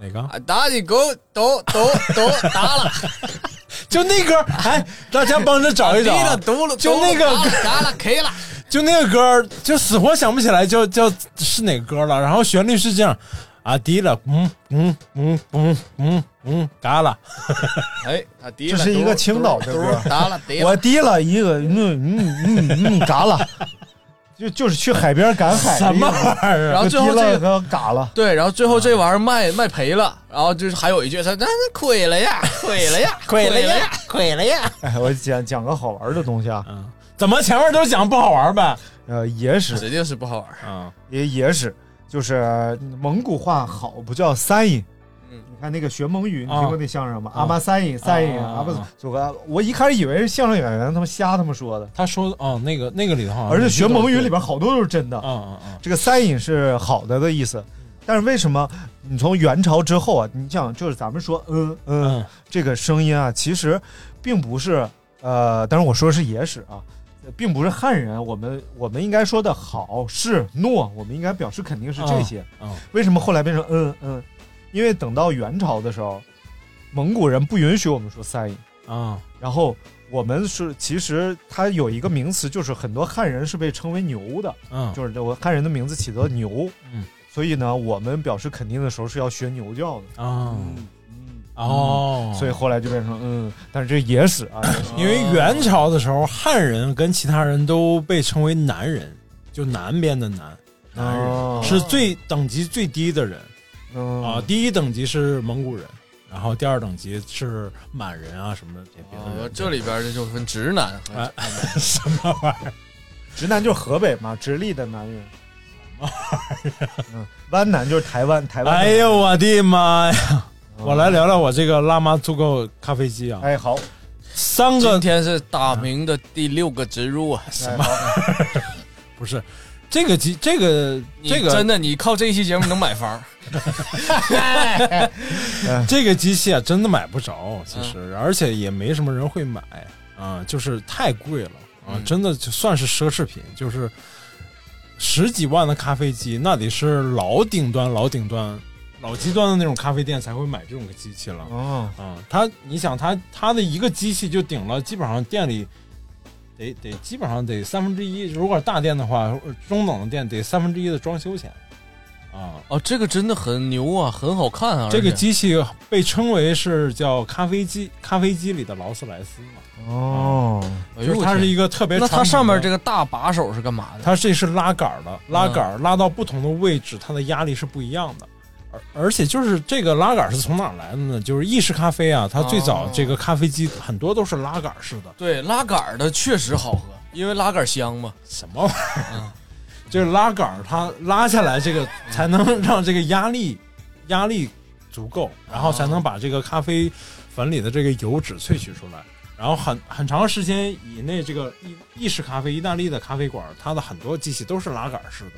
哪个？啊，打你狗，抖抖抖，打 了，就那歌，哎，大家帮着找一滴 找了，啊，嘟了，就嘟了那个打了打了，K 了。就那个歌，就死活想不起来叫叫是哪个歌了。然后旋律是这样，啊，滴了，嗯嗯嗯嗯嗯嗯，嘎啦，哎，打滴这了，是一个嘟青岛嘟的歌打了，滴了。我滴了一个，嗯嗯嗯嗯，嘎了， 就就是去海边赶海的什意思。么玩意儿然啊？后最后就滴这了个个嘎了。对，然后最后这玩意儿卖卖赔了，然后就是还有一句，他那亏了呀，亏了呀， 亏了呀，亏了呀。哎，我讲讲个好玩的东西啊，嗯，怎么前面都讲不好玩呗？呃，野史，指定是不好玩儿。啊，野野史就是蒙古话好不叫三音。嗯你看那个学蒙语，你啊听过那相声吗？啊阿妈三音，三音，啊啊阿不啊，祖哥，我一开始以为是相声演员他们瞎他们说的，他说哦，那个那个里头好像，而且学蒙语里边好多都是真的。嗯，嗯嗯这个三饮是好的的意思，但是为什么你从元朝之后啊，你想就是咱们说嗯嗯嗯这个声音啊，其实并不是呃，当然我说的是野史啊，呃并不是汉人，我们我们应该说的好是诺，我们应该表示肯定是这些。嗯嗯为什么后来变成嗯嗯？因为等到元朝的时候，蒙古人不允许我们说三饮，嗯然后。我们是其实它有一个名词，就是很多汉人是被称为牛的，嗯，就是我汉人的名字起的牛，嗯，所以呢，我们表示肯定的时候是要学牛叫的，啊嗯，哦，所以后来就变成嗯，但是这野史啊，野史因为元朝的时候，汉人跟其他人都被称为男人，就南边的男，男人、哦是最等级最低的人嗯啊、第一等级是蒙古人，然后第二等级是满人啊什么的这别的哦人。这里边这就分直男和哎什么玩意儿？直男就是河北嘛，直隶的男 人，嗯，湾南就是台湾，台湾，哎呦，我的妈呀！哦嗯我来，聊聊我这个辣妈足够咖啡机啊，哎好，三今个天是大明的第六个植入哎啊！什么不是这个机，这个你这个真的，你靠这一期节目能买房？ 这个机器啊，真的买不着，其实，而且也没什么人会买啊，就是太贵了啊，嗯真的就算是奢侈品，就是十几万的咖啡机，那得是老顶端、老顶端、老极端的那种咖啡店才会买这种机器了哦，啊。它，你想它它的一个机器就顶了，基本上店里。得得，基本上得三分之一。如果是大店的话，中等的店得三分之一的装修钱，啊，哦，这个真的很牛啊，很好看啊！这个而且机器被称为是叫咖啡机，咖啡机里的劳斯莱斯嘛，哦，哎就呦是它我是天一个特别那长途的。它上面这个嗯大把手是干嘛的？它这是拉杆儿的，拉杆儿拉到不同的位置，它的压力是不一样的。而而且就是这个拉杆儿是从哪儿来的呢？就是意式咖啡啊，它最早哦这个咖啡机很多都是拉杆儿式的，对，拉杆儿的确实好喝，因为拉杆儿香嘛。什么玩意儿？ 就是拉杆儿，它拉下来这个才能让这个压力压力足够，然后才能把这个咖啡粉里的这个油脂萃取出来。然后很很长时间以内，这个意意式咖啡、意大利的咖啡馆，它的很多机器都是拉杆儿式的，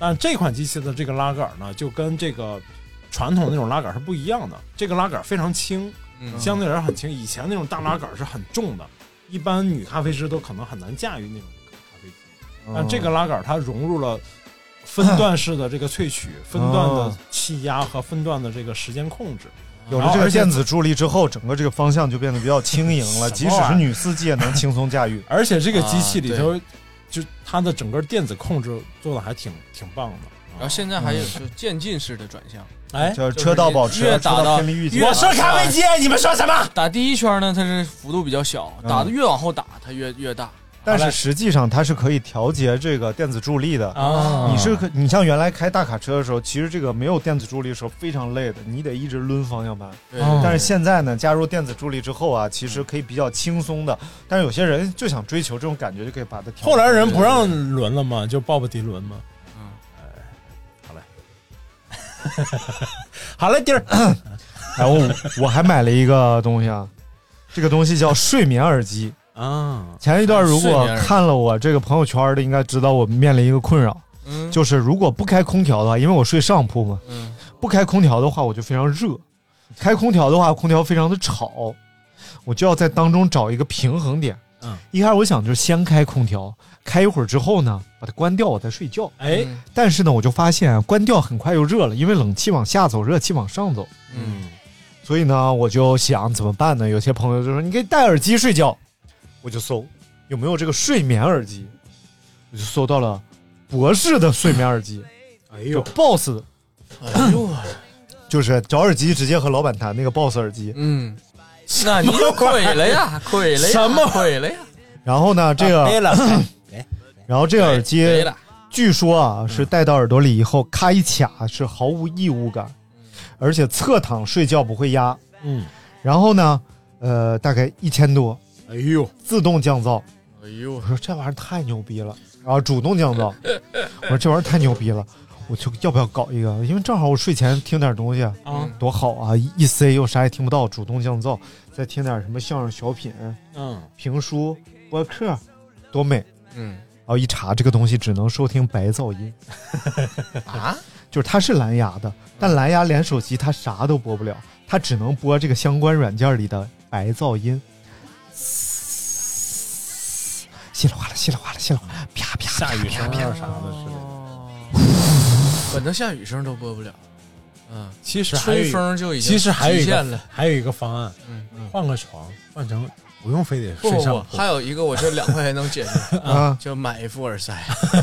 但这款机器的这个拉杆儿呢，就跟这个传统那种拉杆儿是不一样的。这个拉杆儿非常轻，嗯，相对来说很轻。以前那种大拉杆是很重的，一般女咖啡师都可能很难驾驭那种咖啡机。但这个拉杆它融入了分段式的这个萃取、分段的气压和分段的这个时间控制。有了这个电子助力之后，整个这个方向就变得比较轻盈了，即使是女司机也能轻松驾驭。而且这个机器里头，就它的整个电子控制做的还挺挺棒的。啊然后现在还有就渐进式的转向，哎，就是车到保持，越车打到到偏离预警。越说咖啡机，你们说什么？打第一圈呢，它是幅度比较小，打的越往后打，它越越大。但是实际上它是可以调节这个电子助力的。啊，你是可，你像原来开大卡车的时候，其实这个没有电子助力的时候非常累的，你得一直抡方向盘。对哦但是现在呢，加入电子助力之后啊，其实可以比较轻松的。但是有些人就想追求这种感觉，就可以把它调。后来人不让轮了嘛，就鲍勃迪伦嘛。嗯，哎，好嘞，好 嘞，弟儿，然后哎我还买了一个东西啊，这个东西叫睡眠耳机。啊，前一段如睡果眠耳机看了我这个朋友圈的，应该知道我面临一个困扰，嗯，就是如果不开空调的话，因为我睡上铺嘛，嗯不开空调的话我就非常热，开空调的话空调非常的吵，我就要在当中找一个平衡点。嗯，一开始我想就是先开空调，开一会儿之后呢，把它关掉，我再睡觉。哎，嗯但是呢，我就发现啊关掉很快又热了，因为冷气往下走，热气往上走。嗯，所以呢，我就想怎么办呢？有些朋友就说你可以戴耳机睡觉，我就搜有没有这个睡眠耳机，我就搜到了博士的睡眠耳机，哎就呦， Boss，的哎呦我， 就是找耳机直接和老板谈那个 Boss 耳机。嗯，那你就亏 了呀，亏了呀，什么亏了呀？然后呢，这个，啊没了，然后这个耳机亏了，据说啊是戴到耳朵里以后，咔一卡是毫无异物感，而且侧躺睡觉不会压。嗯，然后呢，呃，大概一千多，哎呦，自动降噪。哎呦我，说这玩意儿太牛逼了，然后主动降噪。我说这玩意儿太牛逼了，我就要不要搞一个？因为正好我睡前听点东西，嗯啊，多好啊！一一塞又啥也听不到，主动降噪，再听点什么相声小品、嗯，评书、播客，多美！嗯然后一查，这个东西只能收听白噪音，啊，就是它是蓝牙的，但蓝牙连手机它啥都播不了，它只能播这个相关软件里的白噪音。稀里哗啦，稀里哗啦，稀里哗啦，啪啪下雨声啪啊啪啥的之类的。哦反正下雨声都播不了，嗯，其实还有吹一个，风就已经其实还有一极限个了，，还有一个方案，嗯，换个床，换成不用非得不睡不上不，铺还有一个我这两块钱能解决， 啊！就买一副耳塞，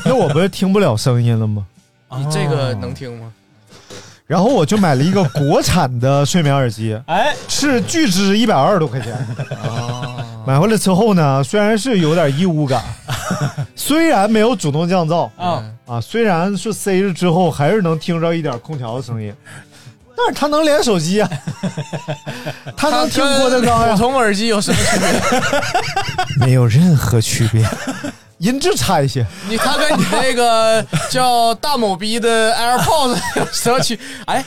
那我不是听不了声音了吗？啊你这个能听吗？然后我就买了一个国产的睡眠耳 机，哎，是巨值一百二十多块钱。啊，买回来之后呢，虽然是有点异物 感，虽然没有主动降噪啊，啊，虽然是塞着之后还是能听着一点空调的声音，但是它能连手机 啊，它能听郭德纲普呀，通耳机有什么区别？没有任何区 别，音质差一些。你看看你 那个叫大某逼的 AirPods 有什么区？ 哎，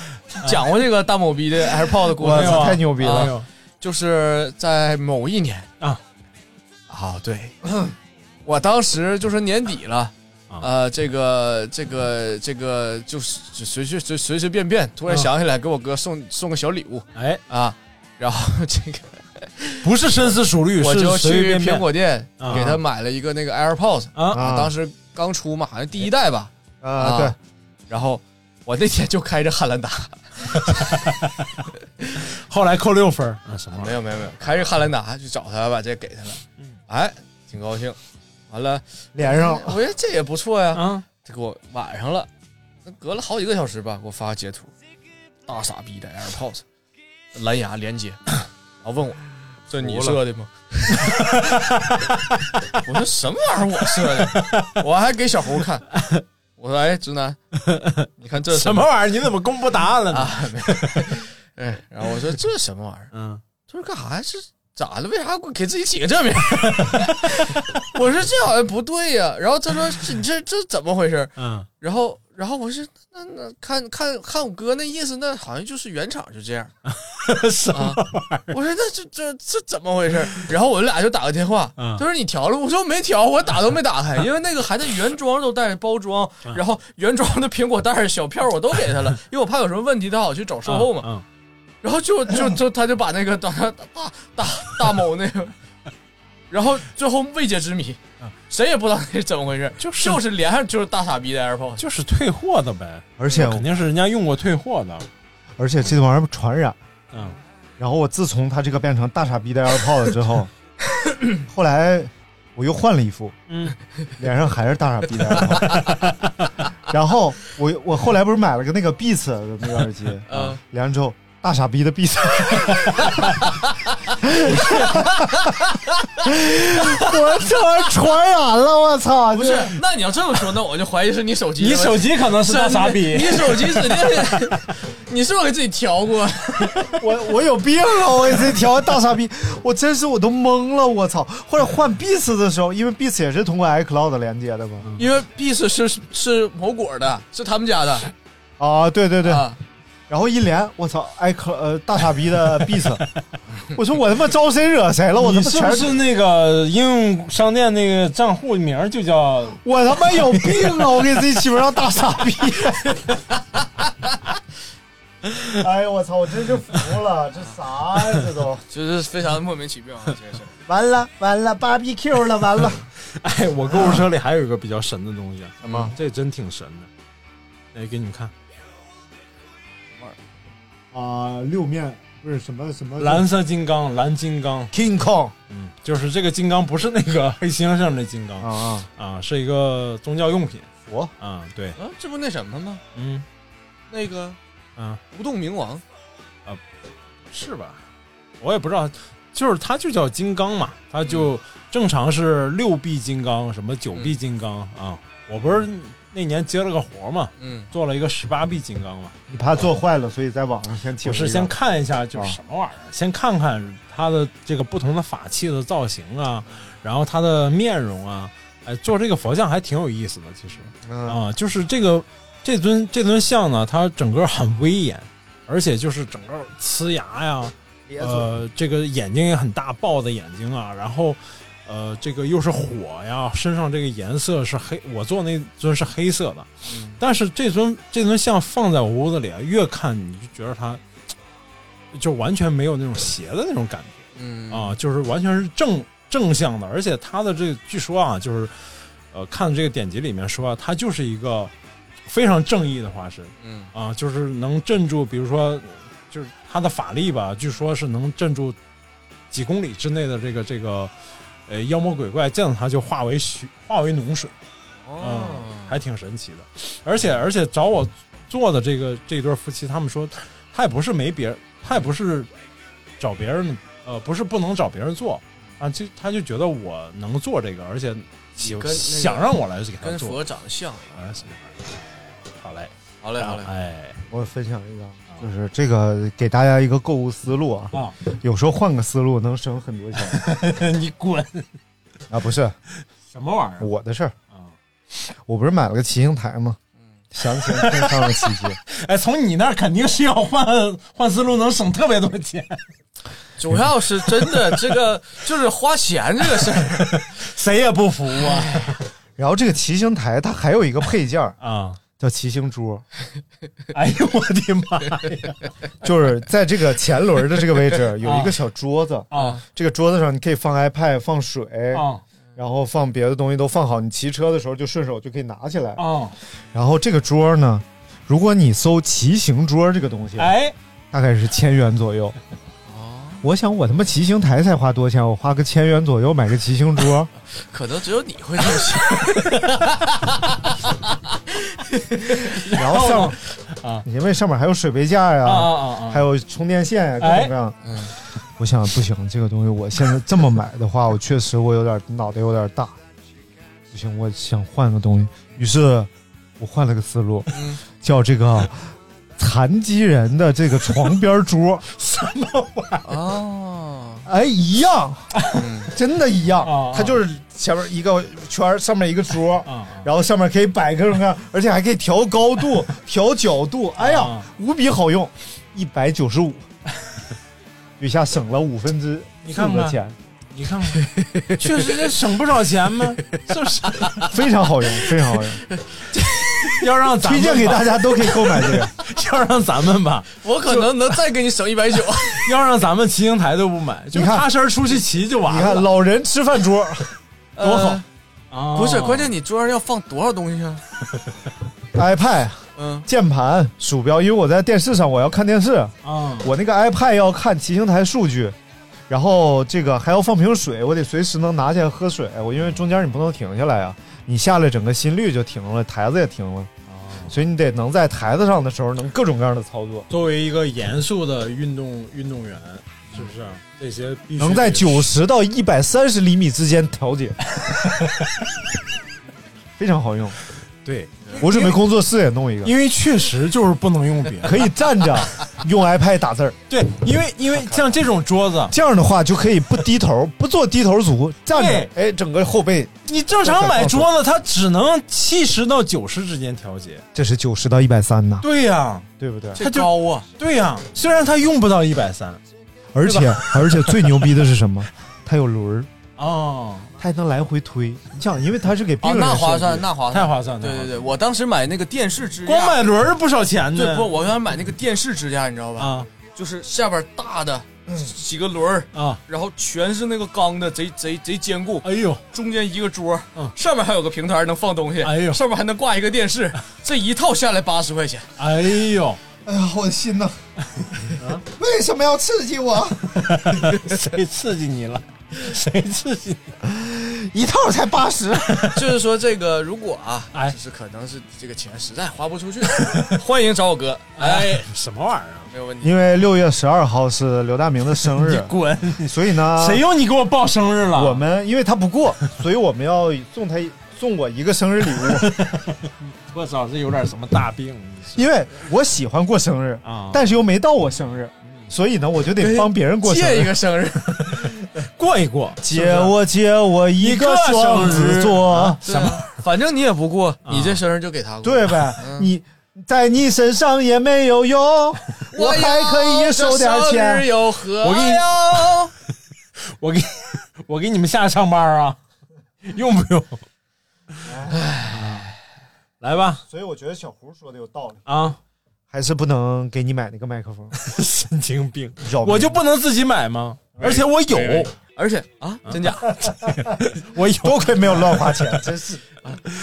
讲过这个大某逼的 AirPods 的故哎我事操，吗？太牛逼了！没有就是在某一年啊，啊，对，我当时就是年底了，啊呃，这个这个这个就是就随随随随随便便，突啊然想起来给我哥送送个小礼物哎，啊，然后这个不是深思熟虑，我是就随随去便苹便果店啊给他买了一个那个 AirPods，啊，啊，当时刚出嘛，好像第一代吧，啊，对，然后我那天就开着汉兰达，后来扣六分儿啊，什么玩意没有没有没有，开着汉兰达去找他，把这给他了，哎，挺高兴，完了。连上了我觉得这也不错呀儿。啊？他给我晚上了，那隔了好几个小时吧，给我发个截图，大傻逼的 AirPods，蓝牙连接，然后问我，这你设的吗？ 我说什么玩意儿我设的？我还给小胡看，我说哎，直男，你看这什么玩意儿？你怎么公布答案了呢？啊？没哎，然后我说这什么玩意儿？嗯，他说干啥呀？这咋了？为啥给我给自己起个这名儿？ 我说这好像不对呀、然后他说这你这这怎么回事？嗯，然后，然后我是那那看看看我哥那意思，那好像就是原厂就这样。 啊什么玩意儿？我说那这这这怎么回事？然后我们俩就打个电话，嗯他说你调了，我说我没调，我打都没 打开，因为那个还在原装都带着包装，嗯然后原装的苹果袋儿小票我都给他 了，因为我怕有什么问题，他好去找售后嘛。嗯，然后就就就他就把那个大大大大某那 个，然后最后未解之谜，谁也不知道那是怎么回事，嗯就是就是连上就是大傻逼的 AirPods。就是退货的呗，而且肯定是人家用过退货的。而且这玩意儿传染。嗯，然后我自从它这个变成大傻逼的 AirPods 之后，后来我又换了一副，嗯，脸上还是大傻逼的 AirPods。然后我我后来不是买了个那个 Beats 的那个耳机，嗯呃嗯，连上之后大傻逼的闭嘴！我操，传染了！我操，不是，那你要这么说，那我就怀疑是你手机。你手机可能是大傻逼啊你，手机指定是，你是不是给自己 调过？ 我我有病啊！我这条大傻逼，我真是我都懵了！我操！或者换 Beats 的时候，因为 Beats 也是通过 iCloud 连接的嘛。因为 B 是是是某果的，是他们家的。啊，对对对。啊，然后一连，我操，iCloud 呃大傻逼的 Beats，我 说我他妈招谁惹谁了？我他你妈是全不是那个应用商店那个账户名儿就叫我他妈有病啊！我给自己起名叫大傻 逼。哎呦我操！我真是服了，这啥呀？这都就是非常莫名其妙啊，这个事儿。完了完了，BBQ 了，完了！ 哎，我购物车里还有一个比较神的东西，啊嗯什么这真挺神的，来给你们看，啊、六面不是什么什么蓝色金刚，蓝金刚， King Kong 嗯，就是这个金刚不是那个 黑猩猩的金刚啊，啊，是一个宗教用品佛啊，对，啊，这不那什么吗？嗯那个啊，无动明王，是吧？我也不知道，就是它就叫金刚嘛，它嗯就正常是六臂金刚，什么九臂金刚嗯啊，我不是那年接了个活嘛，嗯，做了一个十八臂金刚嘛。你怕做坏了，所以在网上先听我一啊下。是先看一下就是什么玩意儿，先看看它的这个不同的法器的造型啊，然后它的面容啊，哎，做这个佛像还挺有意思的，其实嗯，啊，就是这个这尊这尊像呢，它整个很威严，而且就是整个呲牙呀，呃，这个眼睛也很大，豹的眼睛啊，然后。呃，这个又是火呀，身上这个颜色是黑，我做那尊是黑色的，但是这尊这尊像放在我屋子里啊，越看你就觉得它就完全没有那种邪的那种感觉，嗯啊，就是完全是正正向的，而且它的这个据说啊，就是呃，看这个典籍里面说啊，它就是一个非常正义的化身嗯啊，就是能镇住，比如说就是它的法力吧，据说是能镇住几公里之内的这个这个呃妖魔鬼怪，见到它就化为血，化为脓水。哦嗯，还挺神奇的。而且而且找我做的这个这对夫妻，他们说他也不是没别人，他也不是找别人，呃，不是不能找别人做啊，就他就觉得我能做这个，而且有跟那个想让我来给他跟做。佛长得像。啊，行好嘞，好嘞，好嘞，哎，我分享一个，就是这个给大家一个购物思路啊，啊，有时候换个思路能省很多钱 你滚，啊。不是什么玩意儿？我的事儿，啊，嗯我不是买了个骑行台吗？详情可以上了奇 迹。哎，从你那儿肯定是要换换思路，能省特别多钱。主要是真的，这个就是花钱这个事儿， 谁也不服啊！然后这个骑行台它还有一个配件儿啊，叫骑行桌，哎呦我的妈 呀！就是在这个前轮的这个位 置有一个小桌子，啊这个桌子上你可以放 iPad、放水，啊然后放别的东西都放好，你骑车的时候就顺手就可以拿起来。啊！然后这个桌呢，如果你搜骑行桌这个东西，哎，大概是千元左右。我想我他妈骑行台才花多钱，我花个千元左右买个骑行桌，可能只有你会这么 想。然后上面啊，因为上面还有水杯架呀、啊啊啊！哎还有充电线呀、各种各样。我想不行，这个东西我现在这么买的话，我确实我有点脑袋有点大，不行，我想换个东西。于是，我换了个思路，嗯叫这个残疾人的这个床边桌，哦，哎，一样，真的一样啊啊。它就是前面一个圈儿，上面一个桌啊啊，然后上面可以摆各种各样，而且还可以调高 度、调角度。哎呀啊，无比好用，一百九十五，一下省了五分之你四看看的钱，你看看，确实这省不少钱吗？是不是？非常 好用，非常好用， 要让咱推们荐给大家都可以购买这个。要让咱们吧，我可能能再给你省一 百九。要让咱们骑行台都不买，就你看踏实出去骑就 完你看，了。老人吃饭桌多好呃啊不是，关键你桌上要放多少东西啊？ ，iPad、嗯，键盘、鼠标，因为我在电视上我要看电视，啊我那个 iPad 要看骑行台数据，然后这个还要放瓶水，我得随时能拿起来喝哦水。我因为中间你不能停下来啊，你下来整个心率就停了，台子也停了，所以你得能在台子上的时候能各种各样的操作，作为一个严肃的运动运动员，是不是这些必须能在九十到一百三十厘米之间调节， 非常好用。对？我准备工作室也弄一个，因为确实就是不能用别的。可以站 着用 iPad 打字儿，对，因为因为像这种桌 子，这样的话就可以不低头，不做低头族，站着，哎，整个后背你正常买桌子，它只能七十到九十之间调节。这是九十到一百三呐，对呀、对不对？它这就高啊，对呀、虽然它用不到一百三而且而且最牛逼的是什么？它有轮儿，哦，它还能来回推。你想，因为它是给病啊，人那设计的划算，那划算，太划算了对对太划对，我当时买那个电视支架，光买轮儿不少钱呢。对不？我当时买那个电视支架，你知道吧？啊嗯就是下边大的几个轮儿，啊，然后全是那个钢的，贼贼贼坚固，哎呦，中间一个桌，嗯上面还有个平台能放东西，哎呦上面还能挂一个电 视，这一套下来八十块钱，哎呦，哎呀，我的心呐！为什么要刺激我？ 谁刺激你了？谁刺激你？一套才八十， 就是说这个如果啊，哎就是可能是这个钱实在花不出 去，欢迎找我哥，哎，，什么玩意儿啊？，没有问题。因为六月十二号是刘大明的生日滚！所以呢，谁用你啊给我报生日了？我们因为他不过，所以我们要送他送我一个生日礼物，多少是有点什么大病。你是因为我喜欢过生日啊但是又没到我生日，所以呢，我就得帮别人过生借一日。个生日，过一过，借我借我一个一个双生子日座，什么？反正你也不过，啊你这生日就给他过。对呗？嗯你在你身上也没有 用，我哎呦，还可以收点这生日钱。有何我给你用？我给，我给你 们下上班啊，用不用？唉，来吧所以我觉得小胡说的有道理，啊，还是不能给你买那个麦克风，神经病，哎扰民我就不能自己买吗？而且我有，而且啊，真 假？我有。多亏没有乱花钱，真是。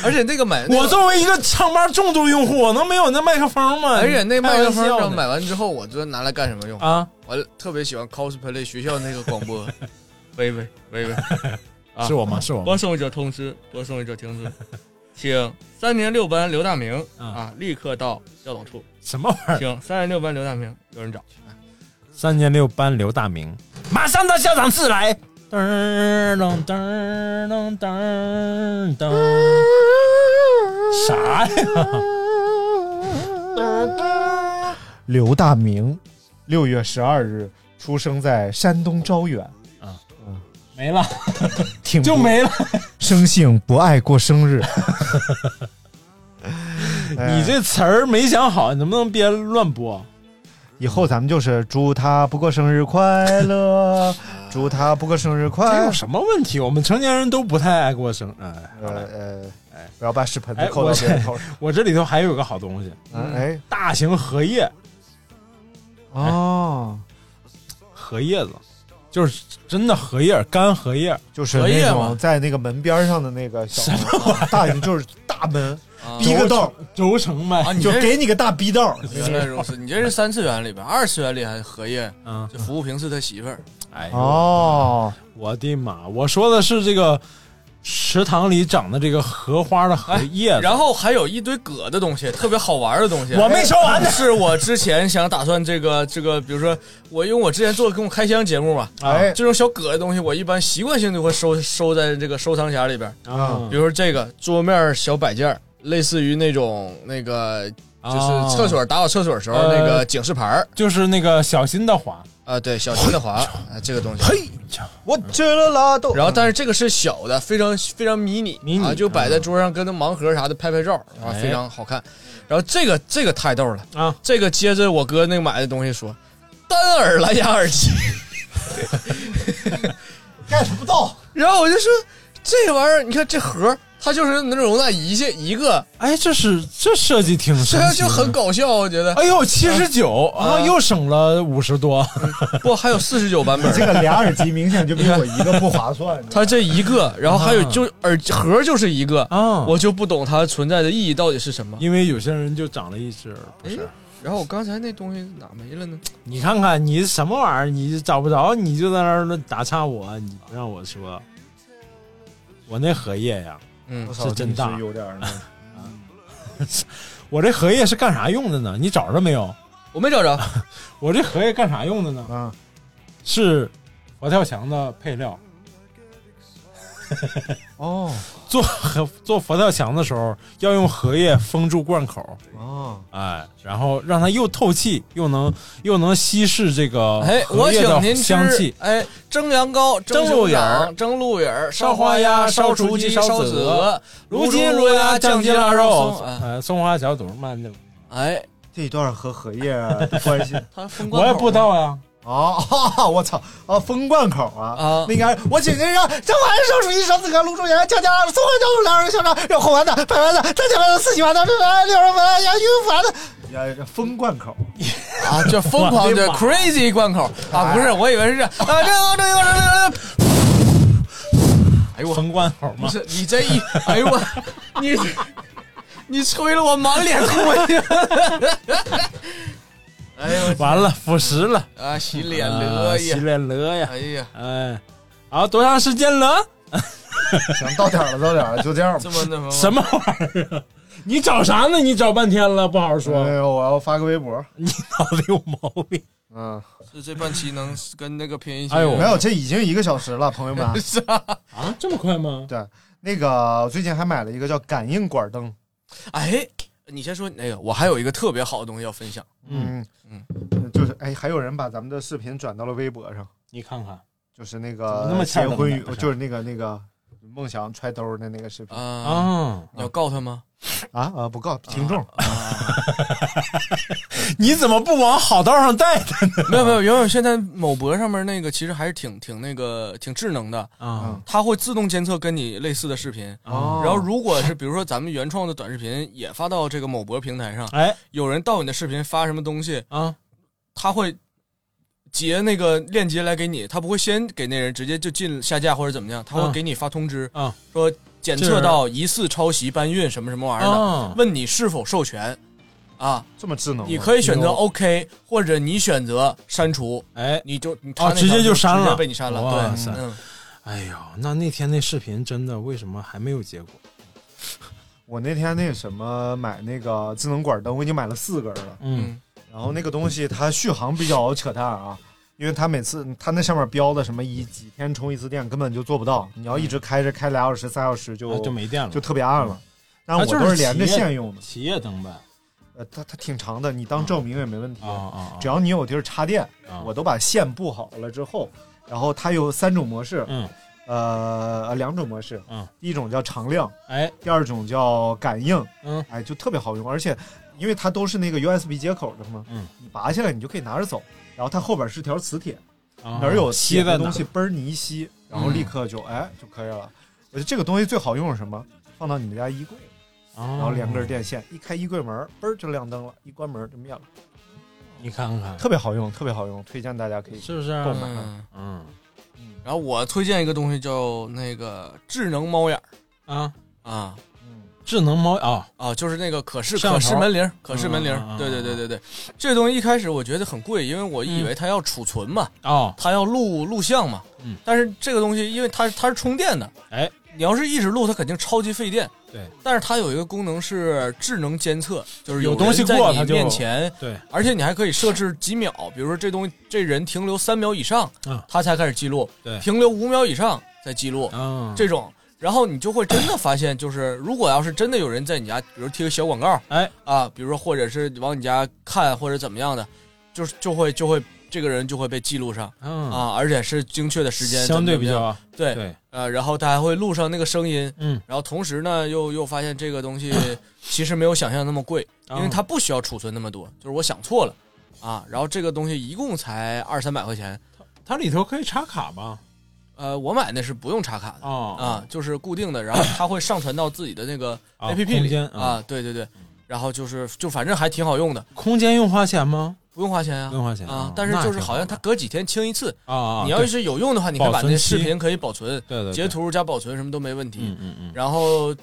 而且那个买，那个我作为一个上班重度用户，我能没有那麦克风吗？而且那麦克风开玩笑要呢买完之后，我知道拿来干什么用。啊，我特别喜欢 cosplay 学校那个广 播，喂喂喂 喂，啊是我吗？是我吗？播送者通知，播送者通知，请三年六班刘大明嗯啊，立刻到教导处，什么玩 意儿？请三年六班刘大明，有人找。三年六班刘大明，马上到校长室来。噔噔噔噔噔噔，啥 呀？ 刘大明，六月十二日出生在山东招远，没了，挺 就没了。生性不爱过生日。哎你这词儿没想好，你能不能别乱播？以后咱们就是祝他不过生日快乐， 祝他不过生日这快有乐。什么问题？我们成年人都不太爱过生。哎，呃呃，不要把屎盆子哎扣到我别人头上。我这里头还有个好东西， 嗯哎大型荷叶，哦，荷叶子，就是真的荷叶，干荷叶。就是荷叶那嘛种在那个门边上的那个小大门，就是大门啊 逼个道，轴承呗，啊，你就这给你个大逼道。 原来如此，你这是三次元里边，二次元里还荷叶，嗯，这服务平是他媳 妇儿，哎呦哦，我的妈！我说的是这个池塘里长的这个荷花的荷叶子，哎然后还有一堆葛的东西，特别好玩的东西。啊哎我没说完呢是我之前想打算这个这个，比如说我因为我之前做跟我开箱节目嘛，哎这种小葛的东西，我一般习惯性就会收收在这个收藏夹里边。啊比如说这个桌面小摆件儿，类似于那种那个就是厕所打扫厕所时候哦呃那个警示牌儿就是那个小心的滑，啊，对，小心的滑啊，这个东西。嘿，嗯我吃了拉豆。然后，但是这个是小的，非常非常迷你，迷你嗯啊，就摆在桌上，跟那盲盒啥的拍拍照啊，哎非常好看。然后这个这个太逗了啊！这个接着我哥那个买的东西说，单耳蓝牙耳机， get 不到。然后我就说这玩意儿，你看这盒儿，它就是能容纳一些一个，哎，这是这设计挺这神奇就的很嗯搞笑，我觉得。哎呦，七十九啊，又省了五十多， 不，还有四十九版本这。个俩耳机明显就比我一个不划算。它这一个，然后还有就耳盒就是一个啊我就不懂它存在的意义到底是什么。因为有些人就长了一只耳，不是哎？然后我刚才那东西哪没了呢？你看看你什么玩意儿，你找不着，你就在那儿打岔我，你不让我说，我那荷叶呀，嗯我， 是真大有点儿那 我这荷叶是干啥用的呢？你找着没有？我没找着，我这荷叶干啥用的呢？啊，是佛跳墙的配料。哦 做和做佛跳墙的时候，要用荷叶封住罐口，哦，哎，然后让它又透气，又能又能稀释这个哎，我荷哦叶请的您香吃气。，哎，蒸羊羔、蒸鹿鹿眼儿眼、蒸鹿眼儿、烧烧花花鸭鸭、烧雏雏鸡鸡、烧烧子子、如今如如鸭酱鸡腊肉，哎哎，松花小肚慢溜。哎，这一段和荷叶啊的关系 他封 关我也不知道啊呀、哦，哈哈我操啊，封罐口啊啊那个我请您让张盘烧雏鸡、烧子鹅、卤猪眼、酱加松花椒、两人小肠、肉红丸子、白丸子、三角丸子、四喜丸子、六丸子、六肉丸子、洋芋丸子，呀，封罐口，啊，就疯 狂我的的妈哎 crazy 关口啊，不是，我以为是啊，这个这个这个这个，哎呦我，封罐口不嘛，是你这一，哎呦我，你你吹了我满脸灰， 哎呦完了腐蚀了，我啊，洗脸啊了洗呀，脸了呀哎，呀，哎，好，多长时间了？行，到点儿了，到点儿了，就这样吧 这。么那么什么玩意儿啊？你找啥呢？你找半天了，不好好说， 啊哎呦，我要发个微博。你脑子有毛病。嗯，这这半期能跟那个便宜哎呦没有，这已经一个小时了，朋友们。啊，这么快吗？对，那个我最近还买了一个叫感应管灯。哎，你先说你那个，我还有一个特别好的东西要分享。嗯嗯，就是哎，还有人把咱们的视频转到了微博上，你看看就是那怎个么那么欠结冷婚呢语，不是就是那个那个梦想揣兜的那个视频啊啊，啊，你要告他吗？啊啊，不告听众，你怎么不往好道上带他呢？没有没有，永远现在某博上面那个其实还是挺挺那个挺智能的，啊它会自动监测跟你类似的视频。哦然后如果是比如说咱们原创的短视频也发到这个某博平台上，哎有人盗你的视频发什么东西，啊，他会截那个链接来给你，他不会先给那人直接就进下架或者怎么样，他啊会给你发通知啊说检这测人到疑似抄袭搬运什么什么玩意儿啊的，问你是否授权啊？这么智能吗，你可以选择有 OK，或者你选择删除，哎你就你哦他那条直接就删了直接被你删了哇，塞对，嗯，哎呦，那那天那视频真的为什么还没有结果？我那天那个什么买那个智能管灯，我已经买了四根了。嗯然后那个东西它续航比较扯淡啊，因为它每次它那上面标的什么一几天充一次电根本就做不到，你要一直开着开俩小时、三小时就、啊就没电了，就特别暗了。但它我就是都是连着企业线用的，企业灯呗呃，它它挺长的，你当照明也没问题。啊啊，只要你有地儿插电，啊我都把线布好了之后，然后它有三种模式，嗯呃呃，亮两种模式，嗯第一种叫常亮，哎第二种叫感应，嗯哎，就特别好用，而且因为它都是那个 USB 接口的嘛，嗯，你拔下来你就可以拿着走，然后它后边是条磁铁，哪哪儿有哦吸铁啊的的东西，嘣儿你一吸，然后立刻就哎就可以了。我觉得这个东西最好用是什么？放到你们家衣柜，然然后哦连根儿，电线，一开衣柜门儿，嘣儿就亮灯了，一关门儿就灭了，你看看特别好用，特别好用，推荐大家可以。是不是？购买嗯。嗯然后我推荐一个东西叫那个智能猫眼儿啊，啊嗯，智能猫啊，啊，就是那个可视摄像可视头门铃儿，可视门铃嗯嗯嗯儿，对对对对对，这东西一开始我觉得很贵，因为我以为它要储存嘛，哦，它要录录像嘛，嗯但是这个东西因为它它是充电的，哎，你要是一直录，它肯定超级费电。对，但是它有一个功能是智能监测，就是有有东西人在过它你就面前，对，而且你还可以设置几秒，比如说这东西这人停留三秒以上，嗯它才开始记录，对停留五秒以上再记录，嗯，这种。然后你就会真的发现，就是如果要是真的有人在你家，比如贴个小广告哎啊，比如说或者是往你家看或者怎么样的，就是就会就会这个人就会被记录上嗯，啊，而且是精确的时间，相对怎么比怎么样较对对，呃，然后他还会录上那个声音，嗯，然后同时呢，又又发现这 个东西其实没有想象那么贵，哦因为它不需要储存那么多，就是我想错了啊。然后这个东西一共才二三百块钱，它里头可以插卡吧？呃，我买那是不用插卡的哦啊，就是固定的，然后它会上传到自己的那个啊 A P P 空里间啊，对对对，然后就是就反正还挺好用的，空间用花钱吗？不用花钱不啊用花钱啊，但是那就是挺好像的它隔几天清一次，啊啊，你要是有用的话，你可以保把存那视期频可以保存，对对对截图加保存什么都没问题，嗯嗯嗯，然后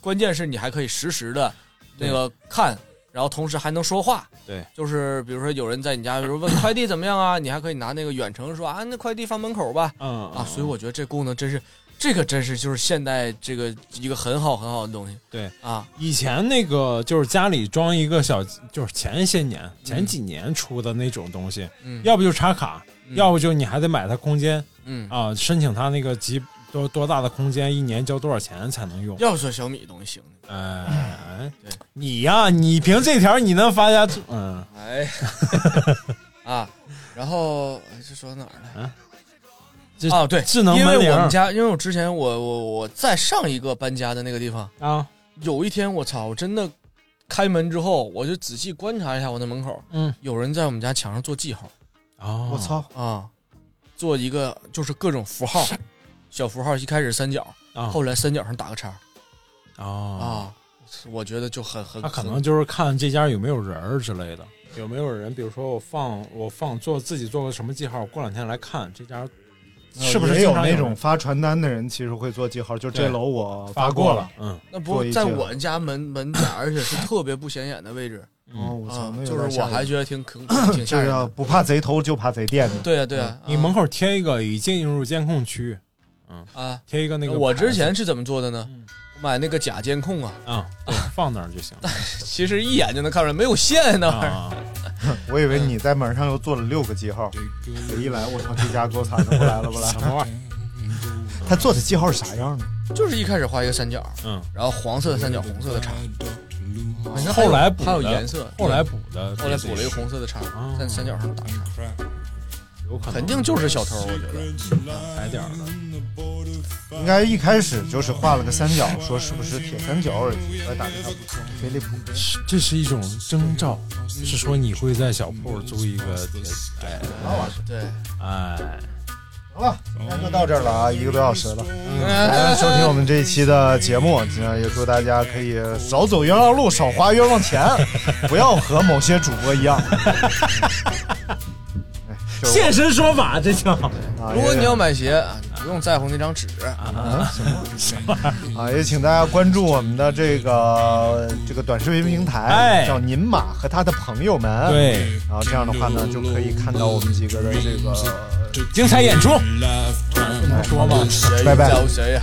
关键是你还可以实时的那个看，然后同时还能说话。对，就是比如说有人在你家，比如问快递怎么样啊，你还可以拿那个远程说啊，那快递放门口吧。嗯啊，所以我觉得这功能真是这个真是就是现代这个一个很好很好的东西对，啊，以前那个就是家里装一个小，就是前些年、前几年出的那种东西，嗯要不就插卡，要不就你还得买它空间嗯，啊，申请它那个几多多大的空间，一年交多少钱才能用？要说小米东西行，哎对，你呀、你凭这条你能发家致嗯，哎 啊，然后哎这说到哪儿了？这啊，对，啊智能因门为铃我们儿家，因为我之前我我我在上一个搬家的那个地方，啊，有一天我操，我真的开门之后，我就仔细观察一下我的门口，嗯，有人在我们家墙上做记号哦，我，操，啊，做一个就是各种符号，小符号，一开始三角，啊后来三角上打个叉哦，啊，我觉得就很很他可很能就是看这家有没有人儿之类的，有没有人，比如说我放我放做自己做个什么记号，过两天来看这家呃是不是也有经常那人种发传单的人，其实会做记号，就对这楼我发过了，，嗯，那不做一在些我家 门门前，而且是特别不显眼的位置哦，我操啊，那，有就点是吓我人还觉得挺挺挺就 吓是人要的。不怕贼偷，就怕贼惦记。对啊对啊，你啊门口贴一个已进入监控区，啊，贴一个那个牌子。我之前是怎么做的呢嗯？买那个假监控啊，啊，对放那儿就 行。其实一眼就能看出来，没有线那玩意儿。啊，嗯我以为你在门上又做了六个记号，我一来，我操，这家给我惨了，不来了，不来什了。么玩意儿？他做的记号是啥样的？就是一开始画一个三角，嗯，然后黄色的三角，红色的叉。好像还有后来补的还有颜色，后来补的，后来补了一个红色的叉啊，在三角上打叉，有可能肯定就是小偷，我觉得。白点儿的。应该一开始就是画了个三角，说是不是铁三角而已，来打个叉飞利浦。这是一种征兆，是说你会在小铺租一个铁哎对，哎，好了，今天就到这儿了啊，一个多小时了。嗯哎感谢收听我们这一期的节目，那也祝大家可以少走冤枉路，少花冤枉 钱，不要和某些主播一样。哎就是我现身说法，这叫啊如果也你要买鞋，啊你不用在乎那张纸，啊，也请大家关注我们的这个这个短视频平台，哎叫您马和他的朋友们。，对然后这样的话呢，就可以看到我们几个的这个，精彩演出，说吧，谁拜拜教谁呀？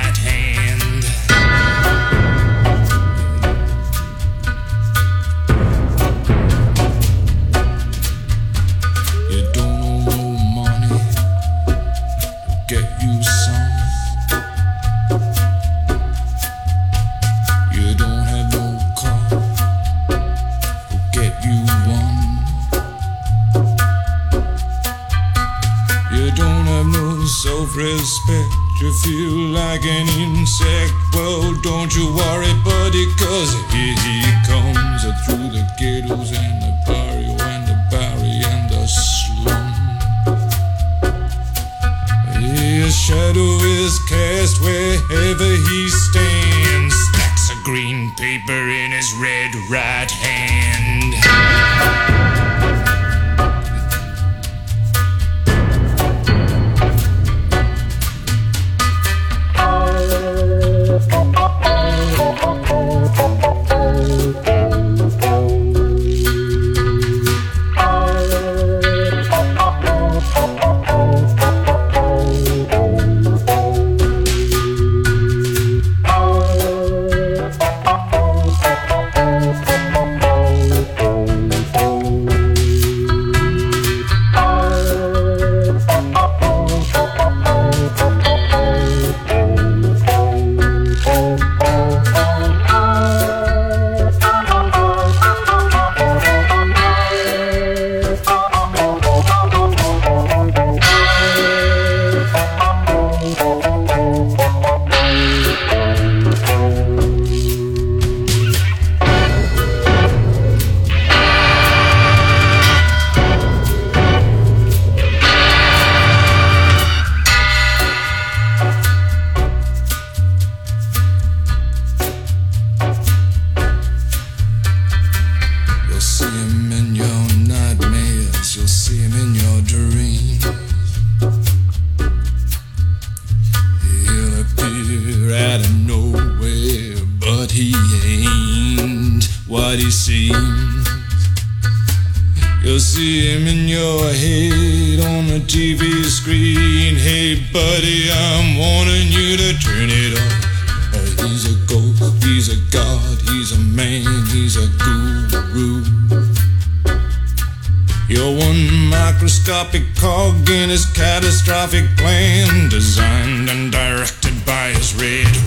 hand. You don't owe no money. I'll Get you some. You don't have no car. I'll Get you one. You don't have no self-respect. You feel like an insect. Well, don't you worry, buddy, 'cause here he comes uh, through the ghettos and the barrio and the barry and the slum. His shadow is cast wherever he stands. Stacks of green paper in his red right hand. what he seems. You'll see him in your head on the TV screen. Hey, buddy, I'm warning you to turn it off. Uh, He's a ghost, he's a god, he's a man, he's a guru. You're one microscopic cog in his catastrophic plan, designed and directed by his red